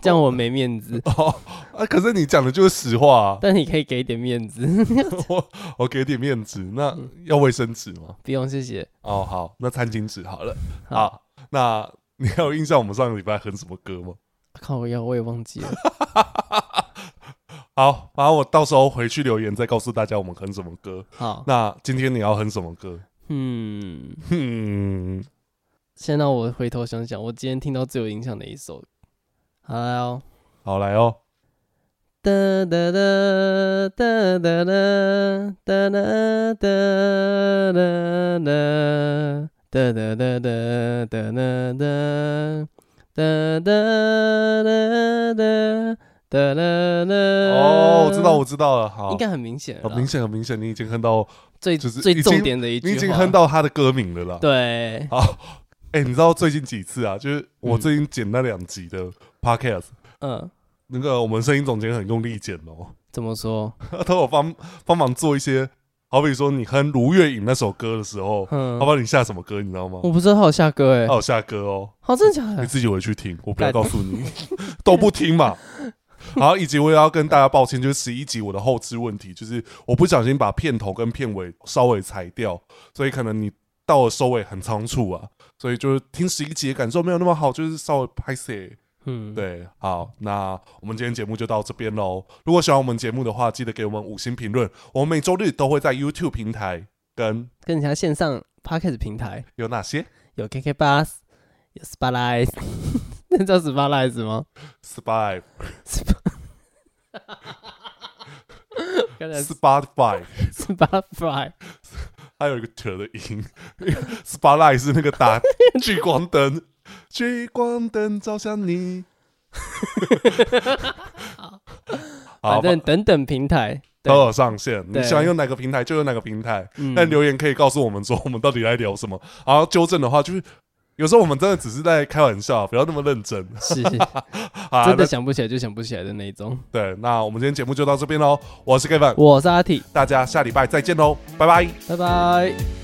Speaker 2: 这样我没面子。
Speaker 1: 哦啊，可是你讲的就是实话、啊，
Speaker 2: 但你可以给一点面子，
Speaker 1: 我我给点面子，那
Speaker 2: 嗯
Speaker 1: 要卫生纸吗？
Speaker 2: 不用谢谢。
Speaker 1: 哦，好，那餐巾纸好了。
Speaker 2: 好
Speaker 1: 好，那你还有印象我们上个礼拜哼什么歌吗？
Speaker 2: 靠我要我也忘记了。
Speaker 1: 好，反正我到时候回去留言再告诉大家我们哼什么歌。
Speaker 2: 好，
Speaker 1: 那今天你要哼什么歌？
Speaker 2: 嗯，
Speaker 1: 哼，
Speaker 2: 先让我回头想想，我今天听到最有影响的一首。好来哦，
Speaker 1: 好来哦。
Speaker 2: 哒哒哒哒哒哒哒哒哒哒哒哒哒哒哒哒哒哒哒哒哒哒哒哒。
Speaker 1: 哦，我知道，我知道了。好，
Speaker 2: 呃
Speaker 1: 哦
Speaker 2: 应该很明显了啦，
Speaker 1: 很明显，很明显，你已经哼到，
Speaker 2: 最
Speaker 1: 就是
Speaker 2: 最
Speaker 1: 已
Speaker 2: 重
Speaker 1: 经
Speaker 2: 点的一句
Speaker 1: 你
Speaker 2: 话，
Speaker 1: 已经哼到他的歌名了啦。
Speaker 2: 对，
Speaker 1: 好，哎、你知道最近几次啊？就是我最近剪那两集的 podcast，、啊
Speaker 2: 嗯，
Speaker 1: 那个我们声音总监很用力剪哦，
Speaker 2: 怎么说？
Speaker 1: 他都有帮帮忙做一些，好比说你哼《如月影》那首歌的时候，
Speaker 2: 嗯
Speaker 1: 他，帮你下什么歌，你知道吗？
Speaker 2: 我不知道他有下歌哎
Speaker 1: 他，有下歌哦，
Speaker 2: 好真的假
Speaker 1: 你
Speaker 2: 的？
Speaker 1: 自己回去听，我不要
Speaker 2: 嗯干
Speaker 1: 告诉你， 都不听嘛。然后以及我也要跟大家抱歉，就是十一集我的后置问题，就是我不小心把片头跟片尾稍微裁掉，所以可能你到了收尾很仓促啊，所以就是听十一集的感受没有那么好，就是稍微拍摄。
Speaker 2: 嗯，
Speaker 1: 对，好，那我们今天节目就到这边喽。如果喜欢我们节目的话，记得给我们五星评论。我们每周日都会在 YouTube 平台跟
Speaker 2: 跟人家线上 podcast 平台。
Speaker 1: 有哪些
Speaker 2: 有 KK Bus，有 Spotlight，那 叫 Spotlight 吗？
Speaker 1: Spy
Speaker 2: 刚才
Speaker 1: Spotify，
Speaker 2: Spotlight，
Speaker 1: 还有一个“扯”的音。Spotlight 是那个打聚光 灯，聚光灯照向你。好，
Speaker 2: 反正等等平台。对
Speaker 1: 都，有上线，你
Speaker 2: 对
Speaker 1: 喜欢用哪个平台就用哪个平台。
Speaker 2: 嗯
Speaker 1: 但留言可以告诉我们说我 们到底在聊什么，然后纠正的话就是。有时候我们真的只是在开玩笑，不要那么认真
Speaker 2: 是
Speaker 1: 啊！
Speaker 2: 真
Speaker 1: 那
Speaker 2: 的想不起来就想不起来的那一种。
Speaker 1: 对，那我们今天节目就到这边喽。我是 Kevin，
Speaker 2: 我是阿 T，
Speaker 1: 大家下礼拜再见喽，拜拜。
Speaker 2: 拜拜。